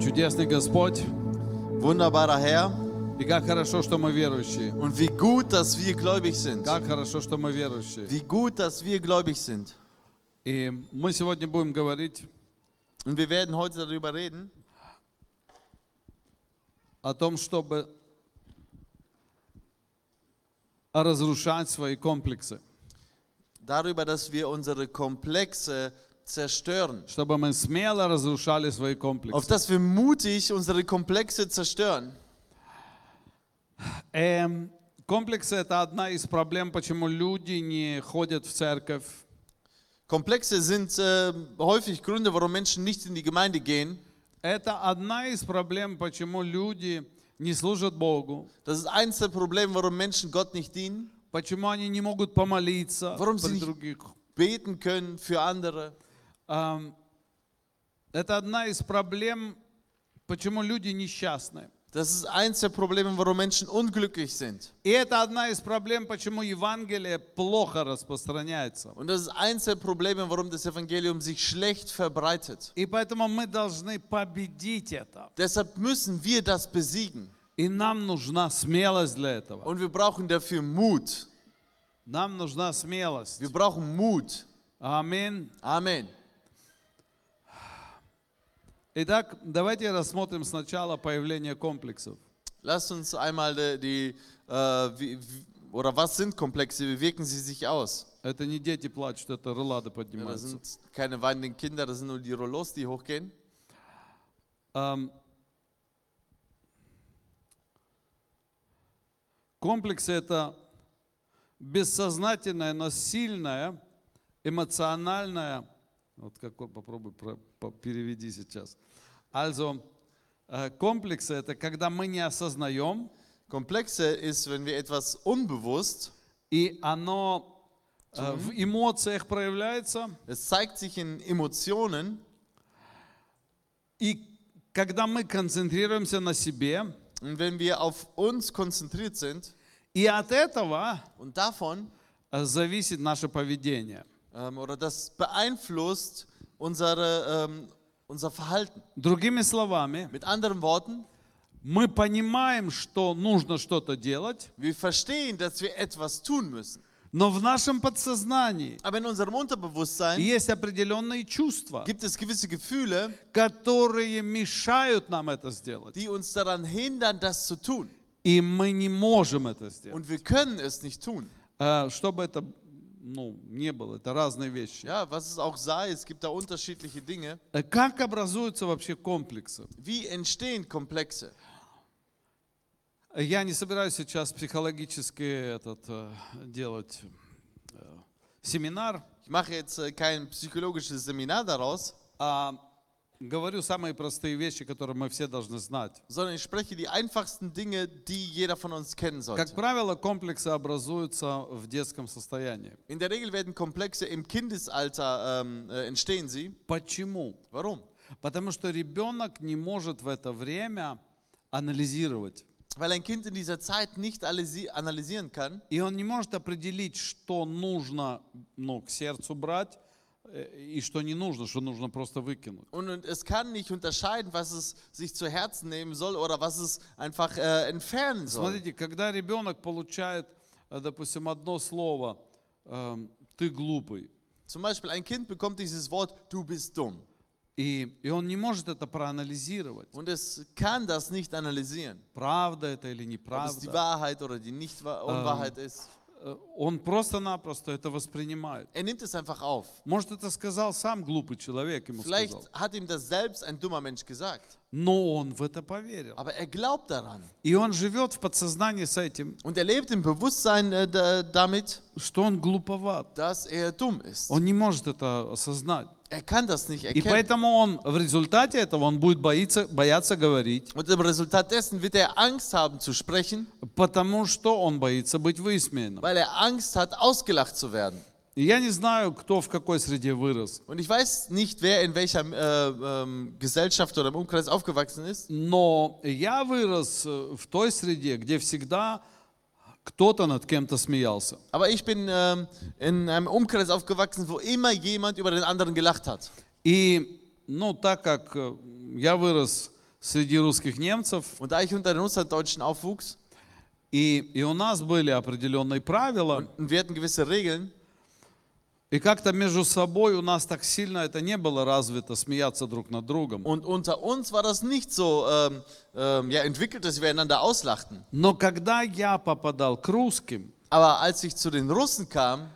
Чудесный Господь, Wunderbarer Herr, и как хорошо, что мы верующие. und wie gut, dass wir gläubig sind. Как хорошо, что мы верующие. Wie gut, dass wir gläubig sind. И мы сегодня будем говорить Und wir werden heute darüber reden, о том, чтобы разрушать свои комплексы, darüber, dass wir unsere Komplexe zerstören. чтобы мы смело разрушали свои Auf комплексы. dass wir mutig unsere Komplexe zerstören. Эм, комплексы – это одна из проблем, почему люди не ходят в церковь, Komplexe sind äh, häufig Gründe, warum Menschen nicht in die Gemeinde gehen. Это одна из проблем, почему люди не служат Богу, Das ist eins der Probleme, warum Menschen Gott nicht dienen, почему они не могут помолиться Warum sie при nicht- других. beten können für andere. Ам, Это одна из проблем, почему люди несчастны. Das ist eins der Probleme, warum Menschen unglücklich sind. И это одна из проблем, почему Евангелие плохо распространяется. Und das ist eins der Probleme, warum das Evangelium sich schlecht verbreitet. И поэтому мы должны победить это. Deshalb müssen wir das besiegen. И нам нужна смелость для этого. Und wir brauchen dafür Mut. Нам нужна смелость. Wir brauchen Mut. Аминь. Amen. Итак, давайте рассмотрим сначала появление комплексов. Lasst uns einmal die, die äh, wie, wie, oder was sind Komplexe? Wie wirken sie sich aus? Это не дети плачут, это релады Ja, das поднимаются. sind keine weinenden Kinder, das sind nur die Rollos, die hochgehen. Ам, Комплексы – это бессознательное, но сильное, эмоциональное, вот как вот попробуй про- по- переведи сейчас. Also, э, комплексы – это когда мы не осознаем, Komplexe ist, wenn wir etwas unbewusst, и оно э, в эмоциях проявляется, es zeigt sich in Emotionen и когда мы концентрируемся на себе, und wenn wir auf uns konzentriert sind и от этого und davon, э, зависит наше поведение. ähm, oder das beeinflusst unsere, ähm, unser Verhalten. Другими словами, Mit anderen Worten, мы понимаем, что нужно что-то делать, wir verstehen, dass wir etwas tun müssen. но в нашем подсознании Aber in unserem Unterbewusstsein есть определенные чувства, gibt es gewisse Gefühle, которые мешают нам это сделать. die uns daran hindern, das zu tun. И мы не можем это сделать. Und wir können es nicht tun. Э, Чтобы это ну, не было, это разные вещи. Ja, was es auch sei, es gibt da unterschiedliche Dinge. Э, Как образуются вообще комплексы? Wie entstehen Komplexe? Я не собираюсь сейчас психологически этот, э, делать э, семинар. Ich mache jetzt äh, kein psychologisches Seminar daraus, а говорю самые простые вещи, которые мы все должны знать. sondern ich spreche die einfachsten Dinge, die jeder von uns kennen Как sollte. правило, комплексы образуются в детском состоянии. In der Regel werden Komplexe im Kindesalter ähm, äh, entstehen sie. Почему? Warum? Потому что ребенок не может в это время анализировать. Weil ein Kind in dieser Zeit nicht analysi- analysieren kann. И он не может определить, что нужно ну, к сердцу брать э, и что не нужно, что нужно просто выкинуть. Und und es kann nicht unterscheiden, was es sich zu Herzen nehmen soll oder was es einfach äh, entfernen soll. Смотрите, когда ребенок получает, э, допустим, одно слово эм, «ты глупый», Zum Beispiel ein Kind bekommt dieses Wort, du bist dumm. и, и он не может это проанализировать. Und es kann das nicht analysieren, правда это или ob es die неправда. Wahrheit oder die Nicht-Unwahrheit ist. Э, Он просто-напросто это воспринимает. Er nimmt es einfach auf. Может, это сказал сам глупый человек, ему Vielleicht сказал. hat ihm das selbst ein dummer Mensch gesagt, Но он в это поверил. aber er glaubt daran. И он живет в подсознании с этим, Und er lebt im Bewusstsein äh, da, damit, что он глуповат. dass er dumm ist. Он не может это осознать. Er kann das nicht И erkennen. поэтому он в результате этого он будет боиться, бояться говорить, Und im Resultat dessen wird er Angst haben zu sprechen, потому что он боится быть высмеянным. weil er Angst hat, ausgelacht zu werden. И я не знаю, кто в какой среде вырос, Und ich weiß nicht, wer in welcher äh, ähm, Gesellschaft oder im Umkreis aufgewachsen ist, но я вырос э, в той среде, где всегда кто-то над кем-то смеялся. aber ich bin ähm, in einem Umkreis aufgewachsen, wo immer jemand über den anderen gelacht hat. И, ну, так как э, я вырос среди русских немцев, Und da ich unter den Russlanddeutschen aufwuchs и, и у нас были определенные правила, und wir hatten gewisse Regeln, и как-то между собой у нас так сильно это не было развито, смеяться друг над другом. und unter uns war das nicht so ähm, ähm, ja, entwickelt, dass wir einander auslachten. Но когда я попадал к русским, Aber als ich zu den Russen kam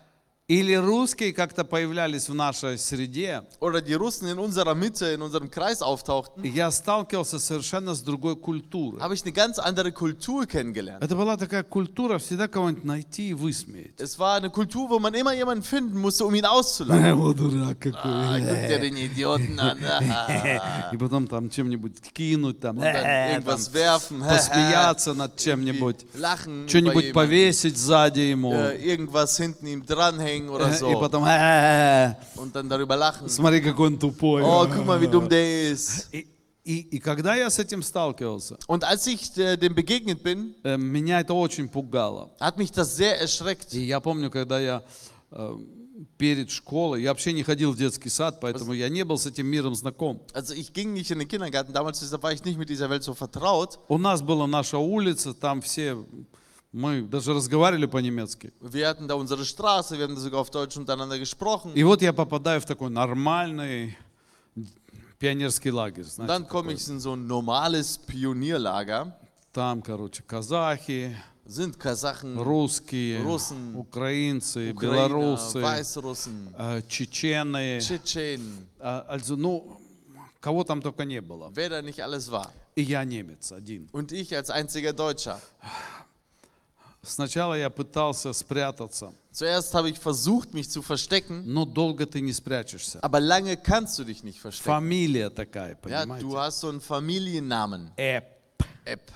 или русские как-то появлялись в нашей среде, oder die Russen in unserer Mitte, in unserem Kreis auftauchten, я сталкивался совершенно с другой культурой. habe ich eine ganz andere Kultur kennengelernt. Это была такая культура всегда кого-нибудь найти и высмеять. Es war eine Kultur, wo man immer jemanden finden musste, um ihn auszulachen. Его дурак Ah, какой. guck dir den Idioten an. Ah, И потом там чем-нибудь кинуть, там, Dann э, там irgendwas werfen. посмеяться над чем-нибудь, Irgendwie Lachen. über что-нибудь jemanden, повесить сзади ему. äh, Irgendwas hinten ihm dranhängen oder Э, И so. потом, «Э, Und dann darüber lachen. смотри, какой он тупой. Oh, guck mal, wie dumm der ist. И, и, и когда я с этим сталкивался, Und als ich äh, dem begegnet bin, э, меня это очень пугало. hat mich das sehr erschreckt. И я помню, когда я э, перед школой, я вообще не ходил в детский сад, поэтому я не был с этим миром знаком. Also ich ging nicht in den Kindergarten, damals deshalb war ich nicht mit dieser Welt so vertraut. У нас была наша улица, там все, мы даже разговаривали по-немецки. Wir hatten da unsere Straße, wir haben sogar auf Deutsch untereinander gesprochen. И вот я попадаю в такой нормальный пионерский лагерь, Und знаете, dann komme ich in so ein normales Pionierlager. там, короче, казахи, Sind Kasachen, русские, Русын, украинцы, Ukrainer, белорусы, Weißrussen, э, чечены, Tschetschenen, э, also, ну, кого там только не было. wer da nicht alles war. И я немец один. Und ich als einziger Deutscher. Сначала я пытался спрятаться, Zuerst habe ich versucht, mich zu verstecken, но долго ты не спрячешься. aber lange kannst du dich nicht verstecken. Фамилия такая, Ja, du понимаете? hast so einen Familiennamen. Эп. App.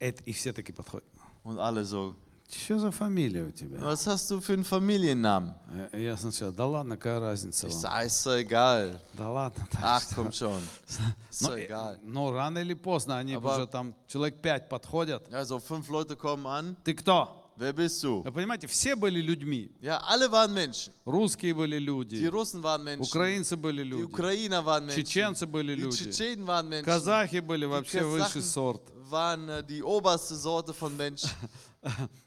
Эт- и все таки подходят. Und alle so, Что за фамилия у тебя? was hast du für einen Familiennamen? Э, Я сначала, да ладно, какая разница Ich вам? sag, ist doch egal. Да ладно. да Ach что. komm schon. Ist doch Ну, э, egal. ну, рано или поздно они Аба- уже там, человек пять подходят. Ja, so fünf Leute kommen an. Ты кто? Wer bist du? Вы понимаете, все были людьми. Ja, alle waren Menschen. Rусские были Die люди, Russen waren Menschen. украинцы были Die люди, Ukrainer waren Menschen. чеченцы были Die люди, Tschetschenen waren Menschen. казахи были вообще Kasachen высший сорт. waren äh, die oberste Sorte von Menschen.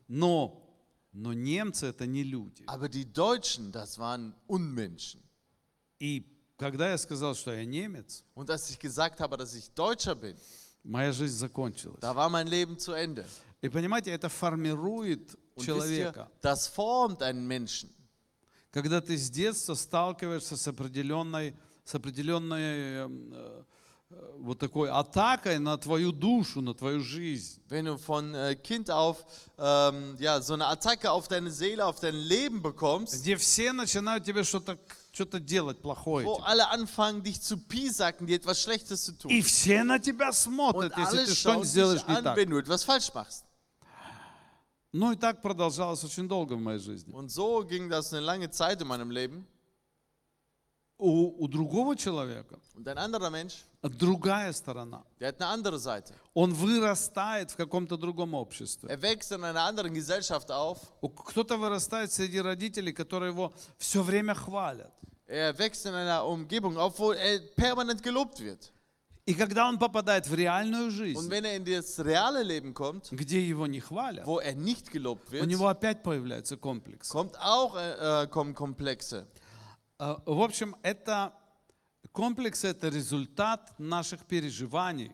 Но, но немцы это не люди. Aber die Deutschen, das waren Unmenschen. И когда я сказал, что я немец, Und als ich gesagt habe, dass ich Deutscher bin, моя жизнь закончилась. da war mein Leben zu Ende. И понимаете, это формирует Und wisst ihr, человека. das formt einen Menschen. Когда ты с детства сталкиваешься с определенной, с определенной эм, э, э, вот такой атакой на твою душу, на твою жизнь. Wenn du von äh, Kind auf ähm, ja, so eine Attacke auf deine Seele, auf dein Leben bekommst, Где все начинают тебе что-то что делать плохое. wo тебе. alle anfangen, dich zu piesacken, dir etwas Schlechtes zu И tun. все на тебя смотрят, Und если alle ты schauen что-нибудь dich сделаешь не an, так. wenn du etwas falsch machst. Ну и так продолжалось очень долго в моей жизни. Und so ging das eine lange Zeit in meinem Leben. У, у другого человека Und ein anderer Mensch, другая сторона. der hat eine andere Seite. Он вырастает в каком-то другом обществе. Er wächst in einer anderen Gesellschaft auf. У- Кто-то вырастает среди родителей, которые его все время хвалят. Er wächst in einer Umgebung, obwohl er permanent gelobt wird. И когда он попадает в реальную Und жизнь, wenn er in das reale Leben kommt, где его не хвалят, wo er nicht gelobt у wird, него опять появляется комплекс. kommt auch äh, äh, kommen Komplexe. А, В общем, это комплекс это результат наших переживаний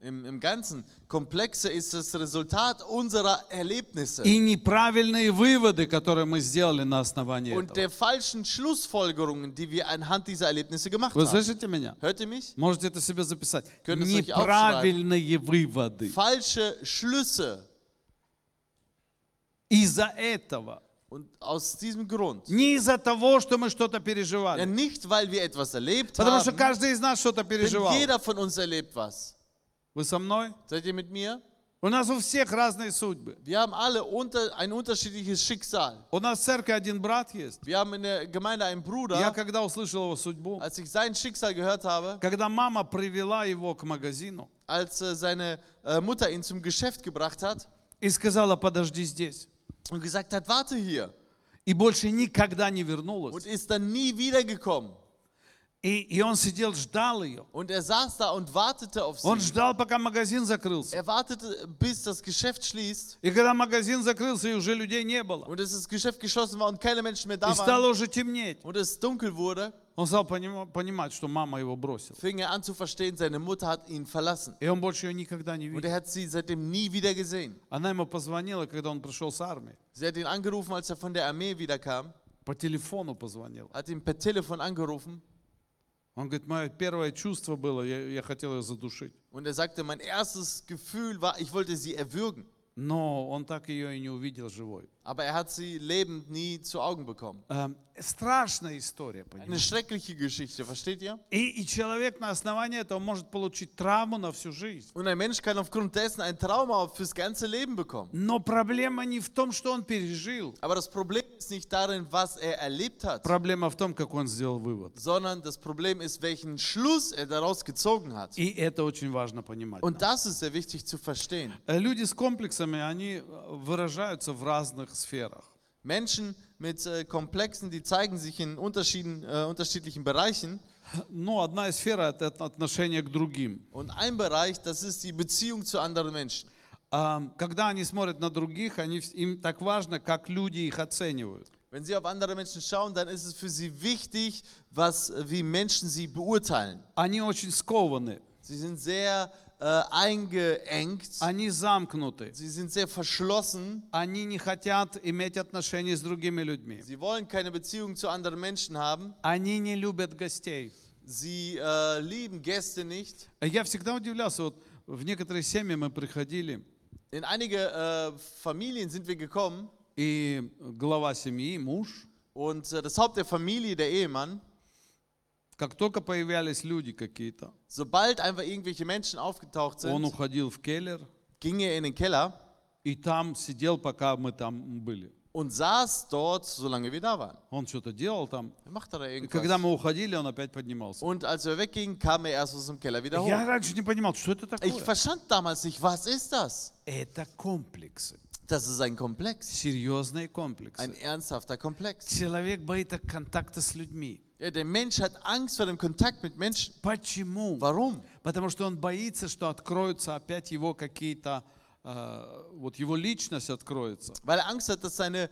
Im, Im Ganzen. Komplexe ist das Resultat unserer Erlebnisse и неправильные выводы, которые мы сделали на основании und этого. der falschen Schlussfolgerungen, die wir anhand dieser Erlebnisse gemacht Вы haben. слышите меня? Hört ihr mich? Можете это себе записать. Können Sie sich Неправильные выводы. Falsche Schlüsse. Из-за этого. Und aus diesem Grund. Не из-за того, что мы что-то Ja, переживали. nicht, weil wir etwas erlebt Потому что haben, каждый из нас что-то denn переживал. jeder von uns erlebt was. Вы со мной? Seid ihr mit mir? У нас у всех разные судьбы. Wir haben alle unter, ein unterschiedliches Schicksal. У нас в церкви один брат есть. Wir haben in der Gemeinde Я einen Bruder. когда услышал его судьбу, Als ich sein Schicksal gehört habe, когда мама привела его к магазину als äh, seine äh, Mutter ihn zum Geschäft gebracht hat и сказала, подожди здесь, und gesagt hat, warte hier. и больше никогда не Und вернулась, ist dann nie wiedergekommen. И, и он сидел, ждал ее. Und er saß da und wartete auf Он sie. ждал, пока магазин закрылся. Er wartete, bis das Geschäft schließt И когда магазин закрылся, и уже людей не было, und dass das Geschäft geschlossen war und keine Menschen mehr и da waren стало уже темнеть, und es dunkel wurde, он стал поним- понимать, что мама его бросила. fing er an zu verstehen, seine Mutter hat ihn verlassen. И он больше ее никогда не Und видел. er hat sie seitdem nie wieder gesehen. Она ему позвонила, когда он пришел с армии. Sie hat ihn angerufen, als er von der Armee wiederkam, По телефону позвонила. hat ihn per Telefon angerufen Он говорит, мое первое чувство было, я, я хотел ее задушить. und er sagte, mein erstes Gefühl war, ich wollte sie erwürgen. Но он так ее и не увидел живой. Aber er hat sie lebend nie zu Augen bekommen. Эм, страшная история, Eine понимаешь? schreckliche Geschichte, versteht ihr? И, и человек на основании этого может получить травму на всю жизнь. Und ein Mensch kann aufgrund dessen ein Trauma fürs ganze Leben bekommen. Но проблема не в том, что он пережил. Aber das Problem ist nicht darin, was er erlebt hat, Проблема в том, как он сделал вывод. sondern das Problem ist, welchen Schluss er daraus gezogen hat. И это очень важно понимать. нам. Und das ist sehr wichtig zu verstehen. Э, Люди с комплексами, они э, выражаются в разных сферах. Menschen mit äh, Komplexen, die zeigen sich in Unterschieden, äh, unterschiedlichen Bereichen. Ну, одна из сфер – это от- отношение к другим. Und ein Bereich, das ist die Beziehung zu anderen Menschen. А, Когда они смотрят на других, они, вс- им так важно, как люди их оценивают. Wenn sie auf andere Menschen schauen, dann ist es für sie wichtig, was, äh, wie Menschen sie beurteilen. Они очень sкованы, Sie sind sehr äh, eingeengt, они замкнуты, sie sind sehr verschlossen. они не хотят иметь отношения с другими людьми. Sie wollen keine Beziehung zu anderen Menschen haben. Они не любят гостей. Sie äh, lieben Gäste nicht. Я всегда удивлялся, вот в некоторые семьи мы приходили, In einige äh, Familien sind wir gekommen и глава семьи, муж, und äh, das Haupt der Familie, der Ehemann, как только появлялись люди какие-то, sobald einfach irgendwelche Menschen aufgetaucht он sind, уходил в келлер, ging er in den Keller и там сидел, пока мы там были. und saß dort, solange wir da waren. Он что-то делал там. Er macht da И когда irgendwas. мы уходили, он опять поднимался. Und als wir weggingen, kam er erst aus dem Keller wieder Я hoch. раньше не понимал, что это Ich такое. verstand damals nicht, was ist das? Это комплексы. Das ist ein Komplex, Серьезные ein комплексы. ernsthafter Komplex. Человек боится контакта с людьми. Ja, der Mensch hat Angst vor dem Kontakt mit Menschen. Почему? Warum? Потому что он боится, что откроются опять его какие-то, э, вот его личность откроется. Weil er Angst hat, dass seine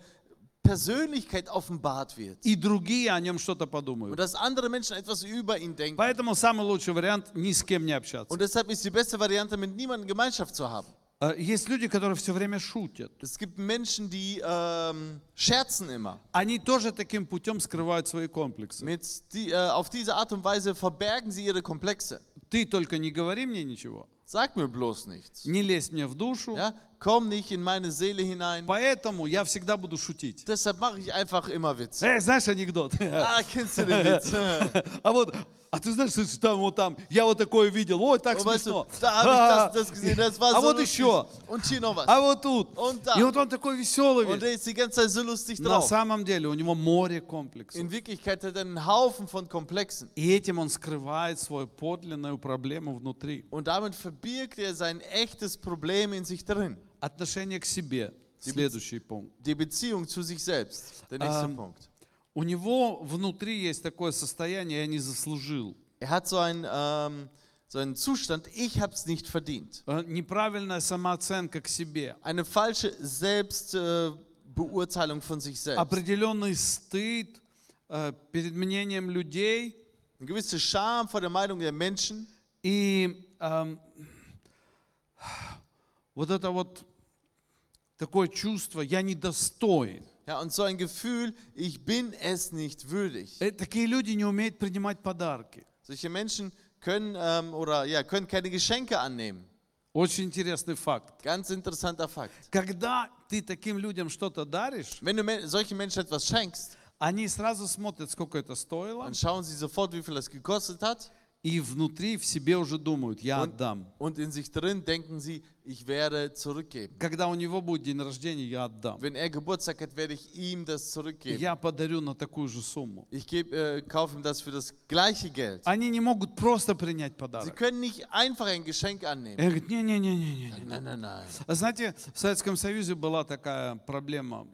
Persönlichkeit offenbart wird И другие о нем что-то und подумают. dass andere Menschen etwas über ihn denken. Поэтому самый лучший вариант ни с кем не общаться. Und deshalb ist die beste Variante, mit niemandem Gemeinschaft zu haben. Э, Есть люди, которые все время шутят. Es gibt Menschen, die ähm, scherzen immer. Они тоже таким путем скрывают свои комплексы. Mit die, äh, auf diese Art und Weise verbergen sie ihre Komplexe. Ты только не говори мне ничего, Sag mir bloß nichts. не лезь мне в душу, Ja? Komm nicht in meine Seele hinein. поэтому я всегда буду шутить. Deshalb mache ich einfach immer Witze. Эй, знаешь анекдот? Ah, kennst du den Witz? А вот, а ты знаешь, что там, вот там, я вот такое видел, ой, так Und weißt du, смешно. da А, habe ich das, das gesehen, das war а so вот lustig. еще, Und hier noch was. а вот тут. Und da. И вот он такой веселый. Und весь. der ist die ganze Zeit so lustig На drauf. самом деле у него море комплексов. In Wirklichkeit hat er einen Haufen von Komplexen. И этим он скрывает свою подлинную проблему внутри. Und damit verbirgt er sein echtes Problem in sich drin. Отношение к себе. Следующий пункт. Die Beziehung zu sich selbst. Der nächste Ähm. Punkt. У него внутри есть такое состояние, я не заслужил. Er hat so einen, ähm, so einen Zustand, ich habe es nicht verdient. Э, Неправильная самооценка к себе. Eine falsche Selbstbeurteilung äh, Beurteilung von sich selbst. Определенный стыд э, перед мнением людей Eine gewisse Scham vor der Meinung der Menschen. И эм, вот это вот такое чувство, я недостоин. Ja, und so ein Gefühl, ich bin es nicht würdig. Э, Такие люди не умеют принимать подарки. Solche Menschen können, ähm, oder, ja, können keine Geschenke annehmen. Очень интересный факт. Ganz interessanter Fakt. Когда ты таким людям что-то даришь, Wenn du men solchen Menschen etwas schenkst, они sразу смотрят, сколько это стоило, dann schauen sie sofort, wie viel das gekostet hat. и внутри в себе уже думают, я Und, отдам. und in sich drin denken sie, ich werde zurückgeben. Когда у него будет день рождения, я отдам. Wenn er Geburtstag hat, werde ich ihm das zurückgeben. Я подарю на такую же сумму. Ich geb, äh, kaufe ihm das für das gleiche Geld. Они не могут просто принять Sie подарок. können nicht einfach ein Geschenk annehmen. Я говорю, не-не-не-не-не. Nein, nein, nein. А Знаете, в Советском Союзе была такая проблема.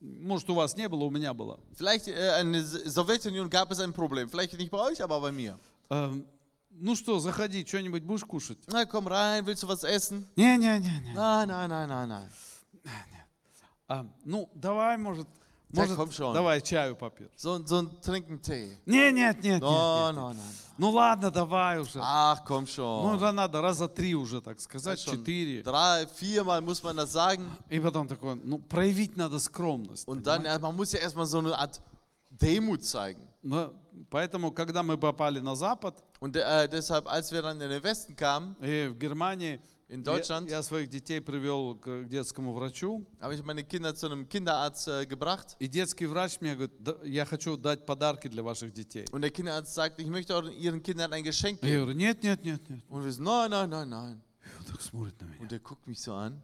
Может, у вас не было, у меня было. Vielleicht äh, in der Sowjetunion gab es ein Problem. Vielleicht nicht bei euch, aber bei mir. Эм, ну что, заходи, что-нибудь будешь кушать? Na, komm rein, willst du was essen? Не-не-не. Nein, nein, nein, nein, nein. ну, давай, может, Да, может komm schon. давай чаю попьешь. So, so ein Trinken Tee. Не, нет, нет, нет, No, нет. no, nein. Ну ладно, давай уже. Ach, komm Ну, schon. это надо раза три уже, так сказать, Schon четыре. drei, viermal muss man das sagen. И потом такое, ну, проявить надо скромность. Und dann, äh, man muss ja erstmal so eine Art Demut zeigen. Но, поэтому, когда мы попали на Запад, Und äh, deshalb, als wir dann in den Westen kamen, и в Германии, я- In Deutschland. я своих детей привел к детскому врачу, habe ich meine Kinder zu einem Kinderarzt äh, gebracht. и детский врач мне говорит, «Да, я хочу дать подарки для ваших детей. Und der Kinderarzt sagt, ich möchte euren, ihren Kindern ein Geschenk Я geben. говорю, нет, нет, нет, нет. Und wir sagen, nein, nein, nein, nein. И он так смотрит на меня. Und der guckt mich so an.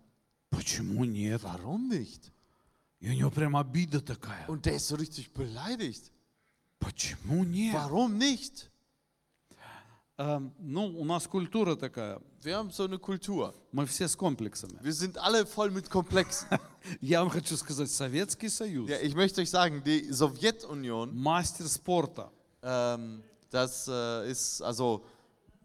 Почему нет? Warum nicht? И у него прям обида такая. Und der ist so richtig beleidigt. Почему нет? Warum nicht? Эм, ну, у нас культура такая. Wir haben so eine Kultur. Мы все с комплексами. Wir sind alle voll mit Komplexen. Я вам хочу сказать, Советский Союз, ja, ich möchte euch sagen, die Sowjetunion, мастер спорта. ähm, das äh, ist also,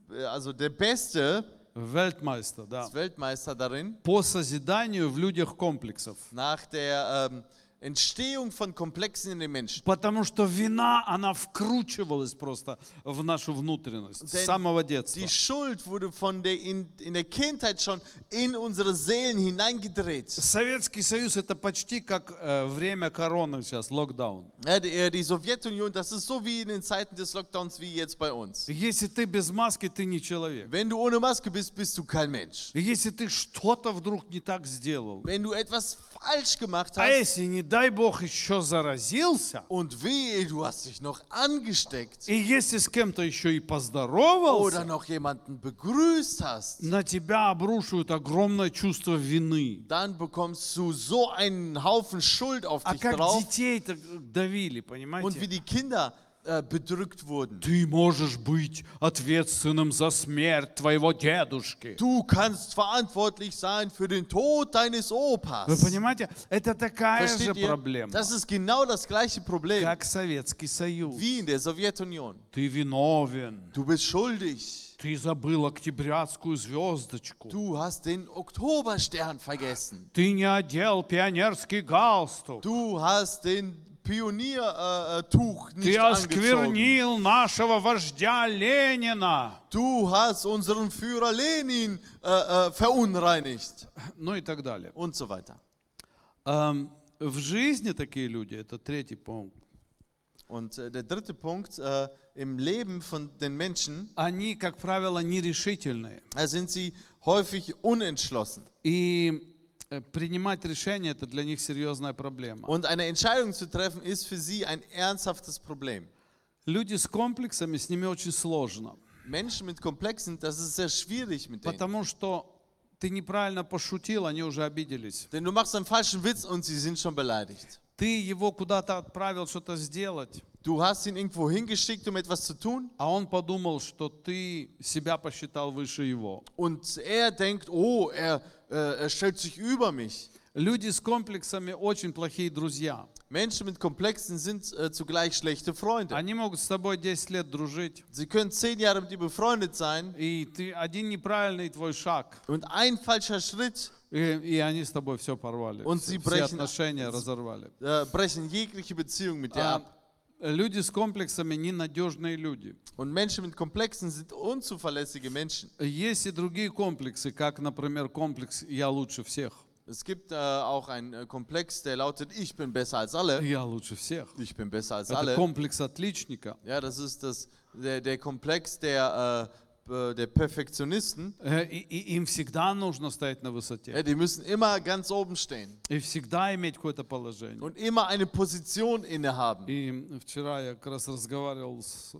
äh, also der beste Weltmeister, да. Weltmeister darin, По созиданию в людях комплексов. nach der ähm, Entstehung von Komplexen in den Menschen. Потому что вина, она вкручивалась просто в нашу внутренность с Denn самого детства. Die Schuld wurde von der in, in der Kindheit schon in unsere Seelen hineingedreht. Советский Союз это почти как э, время короны сейчас, локдаун. Ja, die, äh, die Sowjetunion, das ist so wie in den Zeiten des Lockdowns wie jetzt bei uns. Если ты без маски, ты не человек. Wenn du ohne Maske bist, bist du kein Mensch. Если ты что-то вдруг не так сделал, Wenn du etwas falsch gemacht а hast если, не дай бог, еще заразился, und wehe, du hast dich noch angesteckt и если с кем-то еще и oder поздоровался, noch jemanden begrüßt hast, на тебя обрушивают огромное чувство вины. dann bekommst du so einen Haufen Schuld auf А dich как drauf детей так давили, und wie понимаете? die Kinder äh, bedrückt wurden. Ты можешь быть ответственным за смерть твоего дедушки. Du kannst verantwortlich sein für den Tod deines Вы Opas. понимаете, это такая же Versteht ihr? проблема, Das ist genau das gleiche Problem как Советский Союз. wie in der Sowjetunion. Ты виновен. Du bist schuldig. Ты забыл октябрятскую звездочку. Du hast den Oktoberstern vergessen. Ты не одел пионерский галстук. Du hast den Pioniertuch äh, Tuch Ты nicht angezogen. осквернил нашего вождя Ленина. Du hast unseren Führer Lenin äh, äh, verunreinigt Ну и так далее. und so weiter. Эм, в жизни такие люди, это третий пункт, Und äh, der dritte Punkt äh, im Leben von den Menschen они, как правило, нерешительные. äh, sind sie häufig unentschlossen. И э, принимать решения это для них серьезная проблема. Und eine Entscheidung zu treffen ist für sie ein ernsthaftes Problem. Люди с комплексами, с ними очень сложно. Menschen mit Komplexen, das ist sehr schwierig mit denen. Потому что ты неправильно пошутил, они уже обиделись. Denn du machst einen falschen Witz und sie sind schon beleidigt. Ты его куда-то отправил что-то сделать, Du hast ihn irgendwo hingeschickt, um etwas zu tun. а он подумал, что ты себя посчитал выше его. Und er denkt, oh, er, äh, er stellt sich über mich. Люди с комплексами очень плохие друзья. Menschen mit Komplexen sind äh, zugleich schlechte Freunde. Они могут с тобой 10 лет дружить, Sie können zehn Jahre mit dir befreundet sein и ты один неправильный твой шаг, und ein falscher Schritt и, и они с тобой все порвали, Он все, все сибрачно- отношения разорвали. äh, brechen jegliche Beziehung mit dir А, ab. люди с комплексами ненадежные люди. Und Menschen mit Komplexen sind unzuverlässige Menschen. Есть и другие комплексы, как, например, комплекс «я лучше всех». Es gibt äh, auch einen äh, Komplex, der lautet, ich bin besser als alle. «Я лучше всех». Ich bin besser als Это alle. комплекс отличника. Ja, das ist das, der, der Komplex der, äh, äh, der Perfektionisten. Э, И, и им всегда нужно стоять на Ja, высоте. die müssen immer ganz oben stehen И всегда иметь какое-то положение. und immer eine Position innehaben. И вчера я как раз разговаривал с,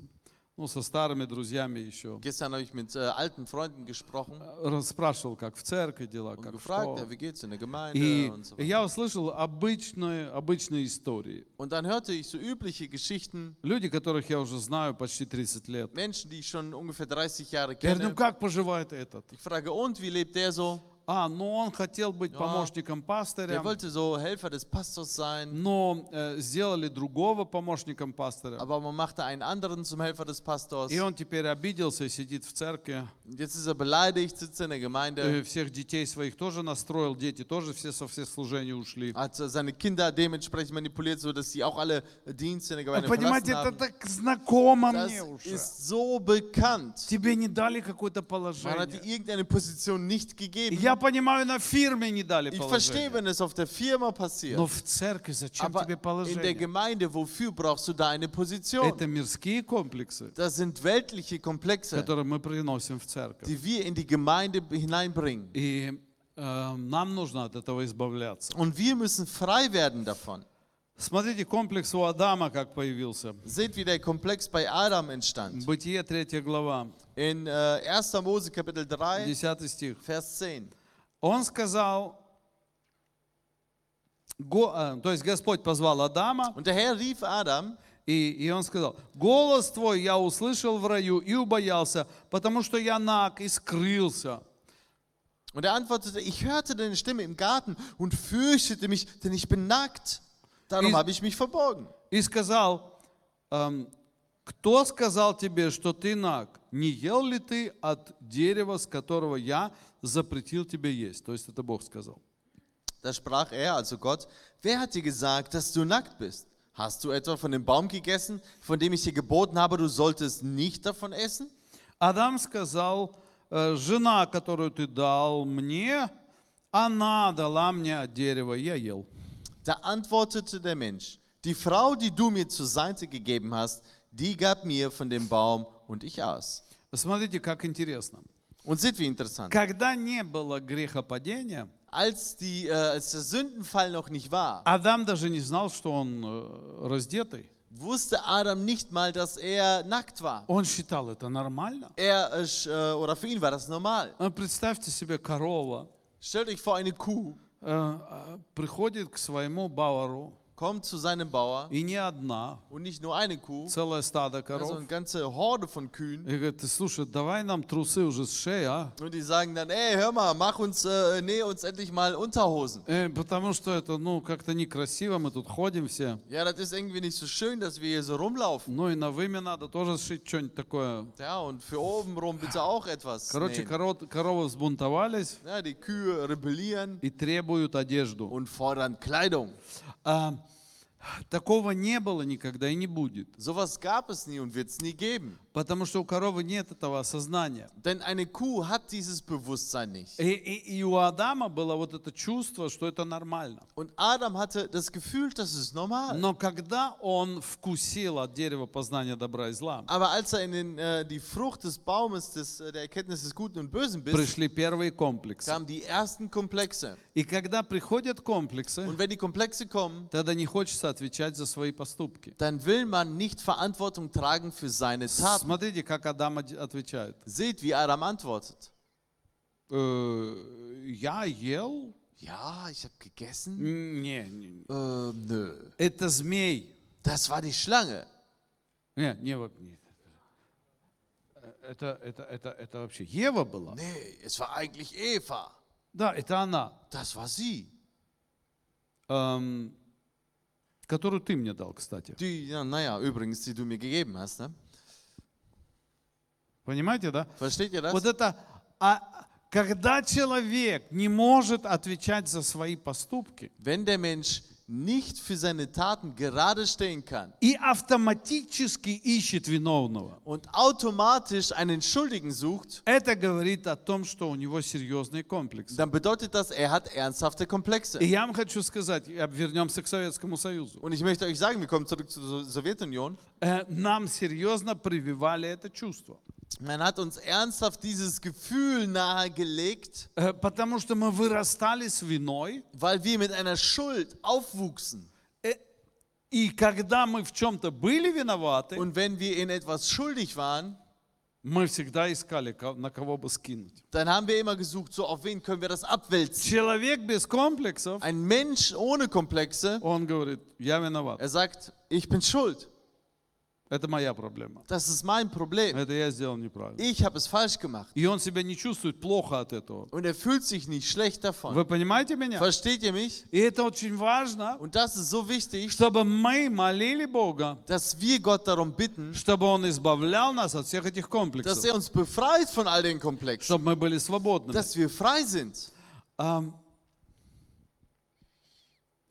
ну, со старыми друзьями еще. Gestern habe ich mit äh, alten Freunden gesprochen Э, Спрашивал, как в церкви дела, und как что. gefragt, ja, wie geht's in der Gemeinde И und so weiter. я услышал обычные, обычные истории. Und dann hörte ich so übliche Geschichten, Люди, которых я уже знаю почти 30 лет. Menschen, die ich schon ungefähr 30 Jahre Я говорю, ну kenne. как поживает этот? Ich frage, und wie lebt der so? А, ну он хотел быть помощником пастыря, Der wollte so Helfer des Pastors sein, но э, сделали другого помощником пастыря. aber man machte einen anderen zum Helfer des Pastors. И он теперь обиделся и сидит в церкви. Jetzt ist er beleidigt, sitzt in der Gemeinde, Э, Всех детей своих тоже настроил, дети тоже все со всех служений ушли. hat seine Kinder dementsprechend manipuliert, sodass sie auch alle Dienste in der Gemeinde Ну, Понимаете, verlassen это haben. так знакомо Das мне уже. ist so bekannt. Тебе не дали какое-то Man hat dir положение. irgendeine Position nicht И gegeben. Я понимаю, на фирме не дали Ich verstehe, положение. wenn es auf der Firma passiert. Но в церкви зачем Aber тебе in der положение? Gemeinde, wofür brauchst du da eine Position? Это мирские комплексы, Das sind weltliche Komplexe, которые мы приносим в церковь. die wir in die Gemeinde hineinbringen. И э, нам нужно от этого избавляться. Und wir müssen frei werden davon. Смотрите, комплекс у Адама как появился. Seht, wie der Komplex bei Adam entstand. Бытие 3 глава, In äh, 1. Mose Kapitel 3, 10 стих. Vers 10. Он сказал, го- э, то есть Господь позвал Адама, Und der Herr rief Adam, и, и он сказал, голос твой я услышал в раю и убоялся, потому что я наг и скрылся. und er antwortete, ich hörte deine Stimme im Garten und fürchtete mich, denn ich bin nackt. Darum Ist- habe ich mich verborgen. И сказал, эм, кто сказал тебе, что ты наг? Не ел ли ты от дерева, с которого я запретил тебе есть? То есть это Бог сказал. Da sprach er, also Gott, wer hat dir gesagt, dass du nackt bist? Hast du etwa von dem Baum gegessen, von dem ich dir geboten habe, du solltest nicht davon essen? Адам сказал, «Э, жена, которую ты дал мне, она дала мне от дерева, и я ел. Da antwortete der Mensch, die Frau, die du mir zur Seite gegeben hast, die gab mir von dem Baum und ich aß. Смотрите, как интересно. Und seht, wie interessant. Когда не было грехопадения, Als, die, äh, als der Sündenfall noch nicht war, Адам даже не знал, что он э, раздетый. wusste Adam nicht mal, dass er nackt war. Он считал это нормально. Er, äh, sch- äh, oder für ihn war das normal. А Представьте себе, корова Stellt euch vor, eine Kuh э, э, приходит к своему бавару, kommt zu seinem Bauer и не одна, und nicht nur eine Kuh, целое стадо Also коров. eine ganze Horde von Kühen. И говорит, «Ты слушай, давай нам трусы уже с шеи, а? Und die sagen dann, ey, hör mal, mach uns, äh, nähe uns endlich mal Unterhosen. Э, потому что это, ну, как-то некрасиво, мы тут ходим все. Ja, das ist irgendwie nicht so schön, dass wir hier so rumlaufen. Ну и на выме надо тоже сшить что-нибудь такое. Ja, und für oben rum bitte auch etwas. Короче, nähen. коро- коровы взбунтовались Ja, die Kühe rebellieren и требуют одежду. und fordern Kleidung. А, такого не было никогда и не будет. Sowas gab es nie und wird es nie geben. Потому что у коровы нет этого осознания. Denn eine Kuh hat dieses Bewusstsein nicht. И, и- и у Адама было вот это чувство, что это нормально. Und Adam hatte das Gefühl, das ist normal. Но когда он вкусил от дерева познания добра и зла, Aber als er in den, äh, die Frucht des Baumes, des, äh, der Erkenntnis des Guten und Bösen biss, пришли первые комплексы. kamen die ersten Komplexe. И когда приходят комплексы, Und wenn die Komplexe kommen, тогда не хочется отвечать за свои поступки. dann will man nicht Verantwortung tragen für seine Taten. Смотрите, как Адам од- отвечает. Seht, wie Adam antwortet. «Э, Я ел? Ja, ich habe gegessen. М, Не, не, не. Ähm, nö. Это змей. Das war die Schlange. Не, не, вот, нет. Э, Это, это, это, это вообще Ева была? Nee, es war eigentlich Eva. Да, это она, Das war sie. эм, которую ты мне дал, кстати. Die, ja, naja, übrigens, die du mir gegeben hast. Ne? Понимаете, да? Versteht ihr das? Вот это, а, когда человек не может отвечать за свои поступки Wenn der Mensch nicht für seine Taten gerade stehen kann и автоматически ищет виновного, und automatisch einen Schuldigen sucht, это говорит о том, что у него серьезный комплекс. dann bedeutet das, er hat ernsthafte Komplexe. И я вам хочу сказать, я- вернемся к Советскому Союзу. Und ich möchte euch sagen, wir kommen zurück zur So- Sowjetunion. Э, Нам серьезно прививали это чувство. Man hat uns ernsthaft dieses Gefühl nahegelegt, Э, Потому что мы вырастали с виной, weil wir mit einer Schuld aufwuchsen. э, и когда мы в чем-то были виноваты, Und wenn wir in etwas schuldig waren, мы всегда искали, ко- на кого бы скинуть. dann haben wir immer gesucht, so auf wen können wir das abwälzen. Человек без комплексов, Ein Mensch ohne Komplexe, он говорит, я виноват. er sagt, ich bin schuld. Это моя проблема. Das ist mein Problem. Это я сделал неправильно. Ich habe es falsch gemacht. И он себя не чувствует плохо от этого. Und er fühlt sich nicht schlecht davon. Вы понимаете меня? Versteht ihr mich? И это очень важно, Und das ist so wichtig, чтобы мы молили Бога, dass wir Gott darum bitten, чтобы Он избавлял нас от всех этих dass комплексов, er uns befreit von all den Komplexen, чтобы мы были свободными. dass wir frei sind. Ам,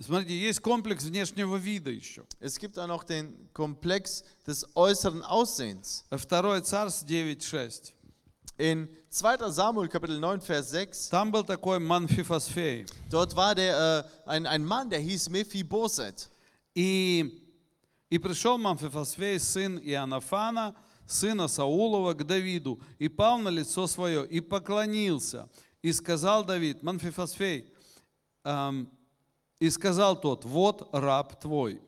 Смотрите, есть комплекс внешнего вида еще. Es gibt auch noch den Komplex des äußeren Aussehens. Второе Царств 9.6. In 2. Samuel Kapitel 9 Vers 6, Там был такой Манфифосфей. dort war der äh, ein, ein Mann, der hieß Mephiboset. И, и пришел Манфифосфей, сын Иоаннафана, сына Саулова, к Давиду, и пал на лицо свое, и поклонился. И сказал Давид, Манфифосфей, ам, и сказал тот, вот раб твой.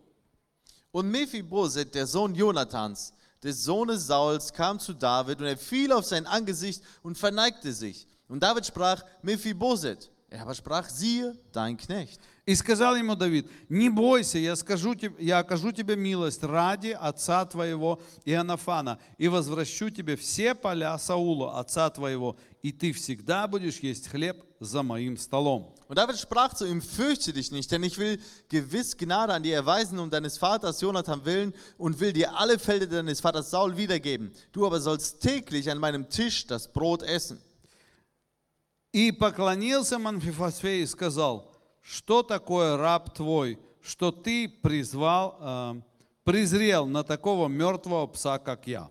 Und Mephiboset, der Sohn Jonathans, des Sohnes Sauls, kam zu David und er fiel auf sein Angesicht und verneigte sich. Und David sprach: Mephiboset. Er aber sprach: Siehe, dein Knecht. И сказал ему Давид, не бойся, я, скажу тебе, я окажу тебе милость ради отца твоего Иоаннафана, и возвращу тебе все поля Саула, отца твоего, и ты всегда будешь есть хлеб за моим столом. Und David sprach zu ihm: Fürchte dich nicht, denn ich will gewiss Gnade an dir erweisen um deines Vaters Jonathan willen und will dir alle Felder deines Vaters Saul wiedergeben. Du aber sollst täglich an meinem Tisch das Brot essen. И поклонился Манфифосфей и сказал, что такое раб твой, что ты призвал, э, презрел на такого мертвого пса, как я.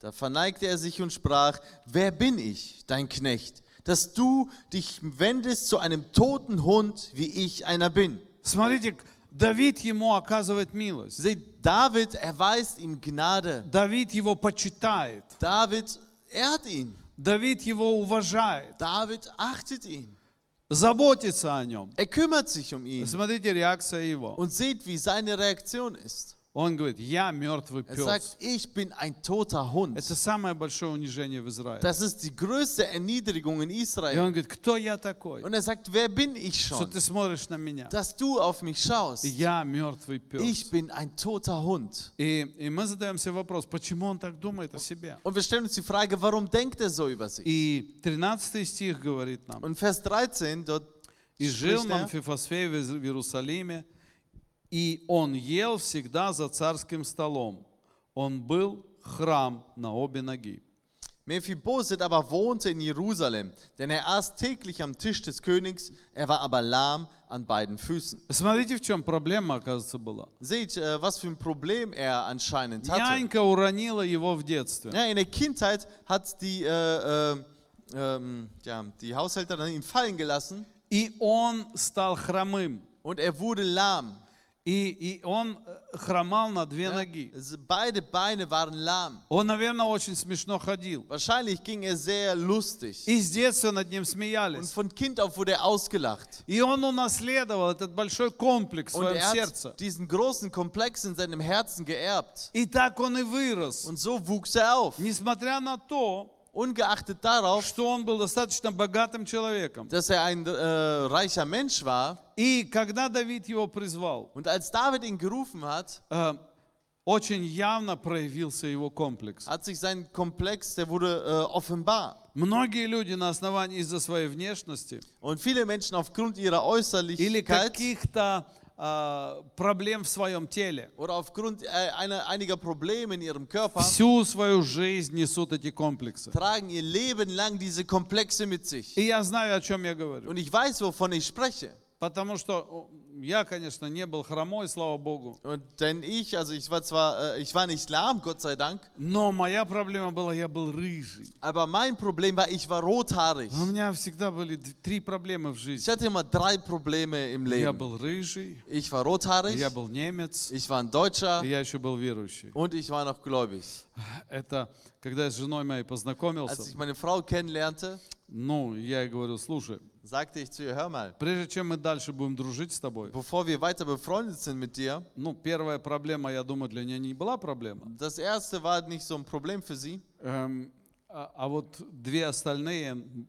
Da verneigte er sich und sprach, wer bin ich, dein Knecht, dass du dich wendest zu einem toten Hund, wie ich einer bin. Смотрите, Давид ему оказывает mилость. Seht, David erweist ihm Gnade. Давид его почитает. David ehrt ihn. Давид его уважает, David achtet ihn. заботится о нем. Er kümmert sich um ihn. Смотрите реакция его. Und seht, wie seine Reaktion ist. Он говорит, я мертвый Er пес. sagt, ich bin ein toter Hund. Это самое большое унижение в Израиле. Das ist die größte Erniedrigung in И он Israel. говорит, кто я такой, Und er sagt, wer bin ich что schon, ты смотришь на меня? dass du auf mich schaust? Я мертвый пес. Ich bin ein toter Hund. И, и мы задаем себе вопрос, почему он так думает о себе? Und wir stellen uns die Frage, warum denkt er so über sich? И 13 стих говорит нам, Und Vers 13, dort И жил spricht er, Манфифосфей в Из- в Иерусалиме, и он ел всегда за царским столом. Он был храм на обе ноги. Mephiboset aber wohnte in Jerusalem, denn er aß täglich am Tisch des Königs, er war aber lahm an beiden Füßen. Смотрите, в чем проблема, оказывается, была. Seht, äh, was für ein Problem er anscheinend hatte. Нянька уронила его в детстве. Ja, in der Kindheit hat die, äh, äh, ähm, ja, die Haushälterin ihn fallen gelassen И он стал хромым. und er wurde lahm. И, и он э, хромал на две Ja, ноги. es- Also beide Beine waren lahm. Он, наверное, очень смешно ходил. Wahrscheinlich ging er sehr lustig. И с детства над ним Und смеялись. von Kind auf wurde er ausgelacht. И он унаследовал этот большой комплекс в Und своем er сердце. hat diesen großen Komplex in seinem Herzen geerbt. И так он и вырос. Und so wuchs er auf, Несмотря на то, ungeachtet darauf, что он был достаточно богатым человеком. dass er ein äh, reicher Mensch war. И когда Давид его призвал, Und als David ihn gerufen hat, э, очень явно проявился его комплекс. hat sich sein Komplex, der wurde äh, offenbar. Многие люди на основании из-за своей внешности Und viele Menschen aufgrund ihrer или Äußerlichkeit каких-то а, проблем в своем теле oder aufgrund äh, einer, einiger Probleme in ihrem Körper всю свою жизнь несут эти комплексы. tragen ihr Leben lang diese Komplexe mit sich. И я знаю, о чем я говорю. Und ich weiß, wovon ich spreche. Потому что о, я, конечно, не был хромой, слава Богу. Und denn ich, also ich war zwar, äh, ich war nicht lahm, Gott sei Dank, Но моя проблема была, я был рыжий. Aber mein Problem war, ich war rothaarig. У меня всегда были д- три проблемы в Ich жизни. hatte immer drei Probleme im Я Leben. был рыжий, Ich war rothaarig, я был немец, ich war ein Deutscher и я еще был верующий. und ich war noch gläubig. Это когда я с женой моей Als ich познакомился, meine Frau kennenlernte, ну, я ей говорю, слушай, sagte ich zu ihr, hör mal, Прежде чем мы дальше будем дружить с тобой, bevor wir weiter befreundet sind mit dir, ну, первая проблема, я думаю, для нее не была проблема. das erste war halt nicht so ein Problem für sie, Эм, а, а вот две остальные м,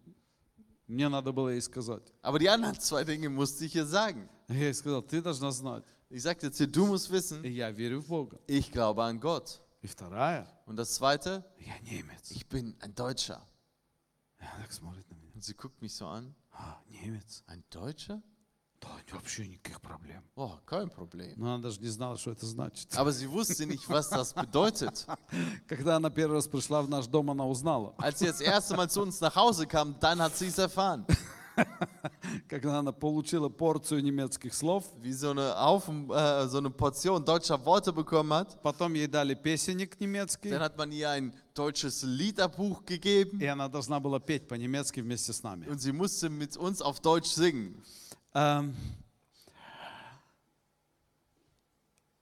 мне надо было ей сказать. aber die anderen zwei Dinge musste ich ihr sagen. Я ей сказал, ты должна знать, Ich sagte zu ihr, du musst wissen, я верю в Бога. ich glaube an Gott. И вторая, Und das zweite, я немец. ich bin ein Deutscher. И Она так смотрит на меня. Und sie guckt mich so an. А, немец? Ein Deutscher? Да, вообще никаких проблем. Boah, kein Problem. Но она даже не знала, что это значит. Aber sie wusste nicht, was das bedeutet. Когда она первый раз пришла в наш дом, она узнала. Als sie das erste Mal zu uns nach Hause kam, dann hat sie es erfahren. Когда она получила порцию немецких слов, Wie so eine, Haufen, äh, so eine Portion deutscher Worte bekommen hat. потом ей дали песенник немецкий, Dann hat man ihr ein deutsches Liederbuch gegeben. и она должна была петь по-немецки вместе с нами. Und sie musste mit uns auf Deutsch singen. Эм,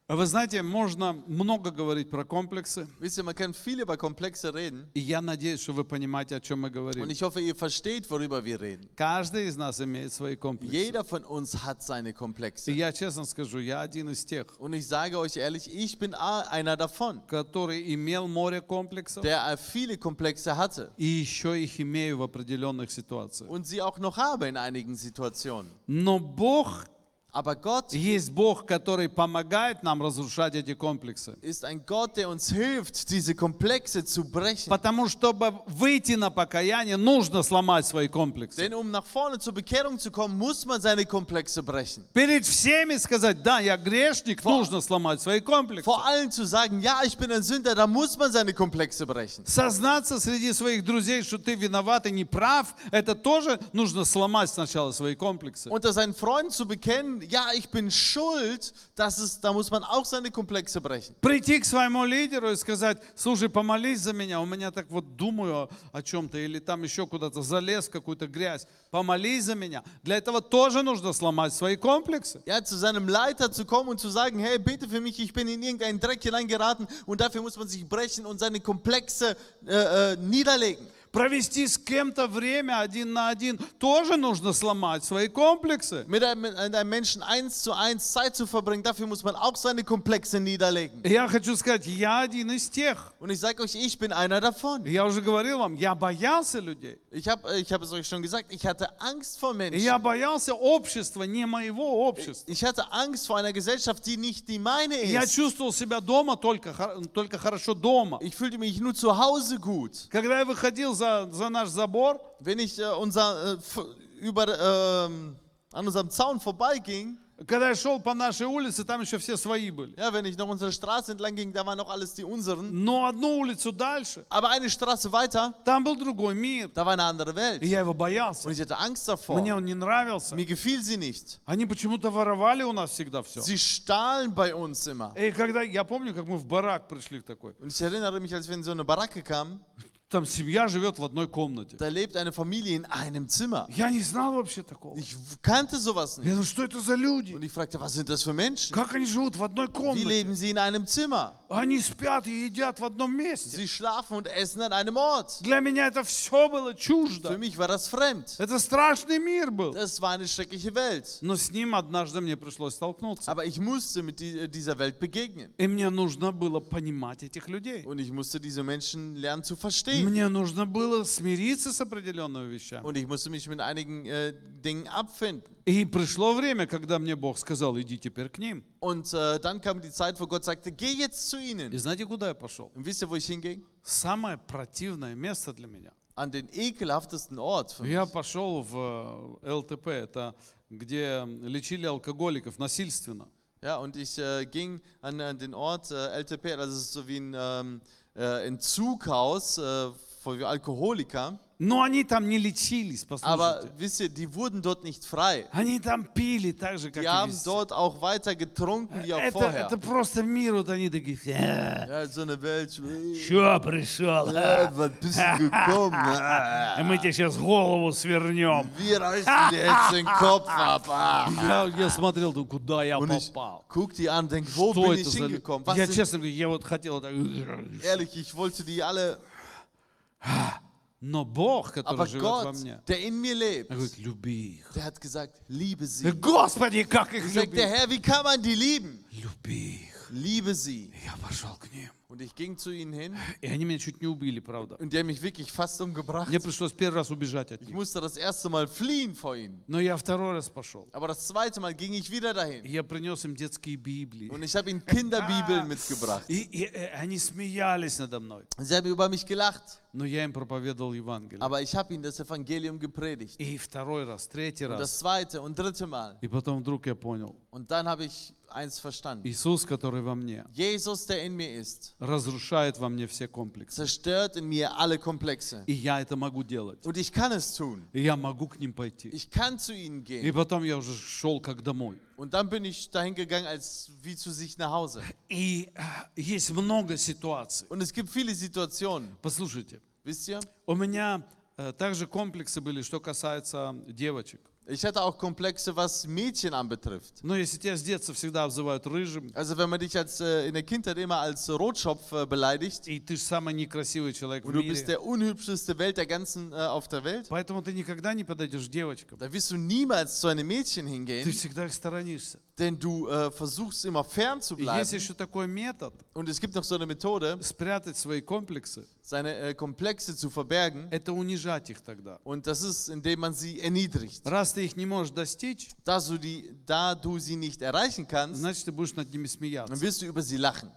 Вы знаете, можно много говорить про комплексы, Wisst ihr, man kann viel über Komplexe reden. и я надеюсь, что вы понимаете, о чем мы Und говорим. ich hoffe, ihr versteht, worüber wir reden. Каждый из нас имеет свои комплексы. Jeder von uns hat seine И Komplexe. я честно скажу, я один из тех, Und ich sage euch ehrlich, ich bin a- einer davon, который имел море комплексов, der äh, viele Komplexe hatte и еще их имею в определенных ситуациях. und sie auch noch habe in einigen Situationen. Но Бог Aber Gott есть Бог, который помогает нам разрушать эти комплексы. ist ein Gott, der uns hilft, diese Komplexe zu brechen. Потому что, чтобы выйти на покаяние, нужно slomать свои комплексы. Denn um nach vorne zur Bekehrung zu kommen, muss man seine Komplexe brechen. Перед всеми сказать, да, я грешник, нужно сломать свои комплексы. Vor allem zu sagen, ja, ich bin ein Sünder, da muss man seine Komplexe brechen. Сознаться среди своих друзей, что ты виноват и не прав, это тоже нужно сломать сначала свои комплексы. Unter seinen Freunden zu bekennen, ja, ich bin schuld, das ist, da muss man auch seine Komplexe brechen. Прийти к своему лидеру и сказать, слушай, помолись за меня, у меня так вот думаю о, о чем-то, или там еще куда-то залез в какую-то грязь, помолись за меня. Для этого тоже нужно сломать свои комплексы. Ja, zu seinem Leiter zu kommen und zu sagen, hey, bete für mich, ich bin in irgendeinen Dreck hineingeraten und dafür muss man sich brechen und seine Komplexe äh, äh, niederlegen. Провести с кем-то время один на один, тоже нужно slomать свои комплексы. Mit einem, mit einem Menschen eins zu eins Zeit zu verbringen, dafür muss man auch seine Komplexe niederlegen. И Я хочу сказать, я один из тех. Und ich sage euch, ich bin einer davon. Я уже говорил вам, я боялся людей. Ich habe ich hab es euch schon gesagt, ich hatte Angst vor И я Menschen. боялся общества, не моего общества. Ich hatte Angst vor einer Gesellschaft, die nicht die meine Я ist. чувствовал себя дома только, хор- только хорошо дома. Ich fühlte mich nur zu Hause gut. Когда я выходил за, за наш забор, Wenn ich äh, unser, äh, f- über, ähm, an unserem Zaun vorbeiging, когда я шел по нашей улице, там еще все свои были. ja, wenn ich noch unsere Straße entlang ging, da waren noch alles die unseren. Но одну улицу дальше, Aber eine Straße weiter, там был другой мир. da war eine andere И Welt. я его Und боялся. ich hatte Angst Мне davor. он не нравился. Mir gefiel sie nicht. Они почему-то воровали у нас всегда все. Sie stahlen bei uns immer. И когда, я помню, как мы в барак пришли такой. Und ich erinnere mich, als wir in so eine Baracke kamen, Там семья живет в одной комнате. da lebt eine Familie in einem Zimmer. Я не знал вообще такого. Ich kannte sowas Я nicht. думаю, что это за люди? Und ich fragte, was sind das für Menschen? Как они живут в одной Wie комнате? leben sie in einem Zimmer? Они спят и едят в одном месте. Sie schlafen und essen an einem Ort. Для меня это все было Für чуждо. mich war das fremd. Это страшный мир был. Das war eine schreckliche Welt. Но с ним однажды мне пришлось столкнуться. Aber ich musste mit die- äh, dieser Welt begegnen. И мне нужно было понимать этих людей. Und ich musste diese Menschen lernen zu verstehen. Мне нужно было смириться с определенными вещами. Und ich musste mich mit einigen äh, Dingen abfinden. И пришло время, когда мне Бог сказал, иди теперь к ним. Und äh, dann kam die Zeit, wo Gott sagte, geh jetzt zu И ihnen. знаете, куда я пошел? Und wisst ihr, wo ich hinging? Самое противное место для меня. An den ekelhaftesten Ort. für mich. Я пошел в э, ЛТП, это где лечили алкоголиков насильственно. Ja, und ich äh, ging an, äh, den Ort äh, LTP, das ist so wie ein ähm, äh, Entzughaus äh, für Alkoholiker. Но они там не лечились, Aber послушайте. wisst ihr, die wurden dort nicht frei. Они там пили так же, как Die и haben везде. dort auch weiter getrunken wie auch Это, vorher. это просто мир, вот они такие, «Э, Ja, so eine Welt. äh, чё пришел? äh, Was bist du gekommen? äh? «Э, Мы тебе сейчас голову свернем. Wir reißen dir jetzt den Kopf ab. ah. Я, я смотрел, думаю, куда я Und ich попал. guck die an, denk, wo Что bin это ich за... hingekommen? Was Я, sind, честно говорю, я вот хотел так... ehrlich, ich wollte die alle. Но Бог, Aber который живет во Gott, мне, der in mir lebt, он говорит, люби их. der hat gesagt, liebe sie. Господи, как их Sagt der люби? Herr, wie kann man die lieben? Люби их. их. liebe sie. И Я пошел к ним. Und ich ging zu ihnen hin И они меня чуть не убили, правда. und die haben mich wirklich fast umgebracht. Мне пришлось первый раз убежать от Ich них. musste das erste Mal fliehen vor ihnen. Но я второй раз пошел. Aber das zweite Mal ging ich wieder И dahin. я принес им детские Библии. Und ich habe ihnen Kinderbibeln mitgebracht. И, и, äh, они смеялись надо мной. Sie haben über mich gelacht, Но я им проповедовал Евангелие. aber ich habe ihnen das Evangelium gepredigt. И второй раз, третий Und раз. das zweite und dritte Mal. И потом вдруг я понял. Und dann habe ich eins verstanden. Иисус, который во мне, Jesus, der in mir ist, разрушает во мне все комплексы. zerstört in mir alle Komplexe. И я это могу делать. Und ich kann es tun. И я могу к ним пойти. Ich kann zu ihnen И gehen. потом я уже шел как домой. Und dann bin ich dahin gegangen, als wie zu sich nach Hause. И э, есть много ситуаций. Und es gibt viele Situationen, Послушайте, wisst ihr? у меня э, также комплексы были, что касается девочек. Ich hatte auch Komplexe, was Mädchen anbetrifft. Но если тебя с детства всегда обзывают рыжим, Also wenn man dich als äh, in der Kindheit immer als äh, Rotschopf äh, beleidigt и ты же самый некрасивый человек в und du bist мире, der unhübscheste Welt der ganzen äh, auf der Welt, поэтому ты никогда не подойдешь к девочкам. dann wirst du niemals zu einem Mädchen Ты hingehen, всегда их сторонишься. denn du äh, versuchst immer fern zu И есть bleiben. еще такой метод Und es gibt noch so eine Methode, спрятать свои комплексы. seine äh, Komplexe zu verbergen Это унижать их тогда. und das ist, indem man sie erniedrigt. Раз ты их не можешь достичь, Da du, die, da du sie nicht erreichen kannst, значит, ты будешь над ними dann смеяться. wirst du über sie lachen.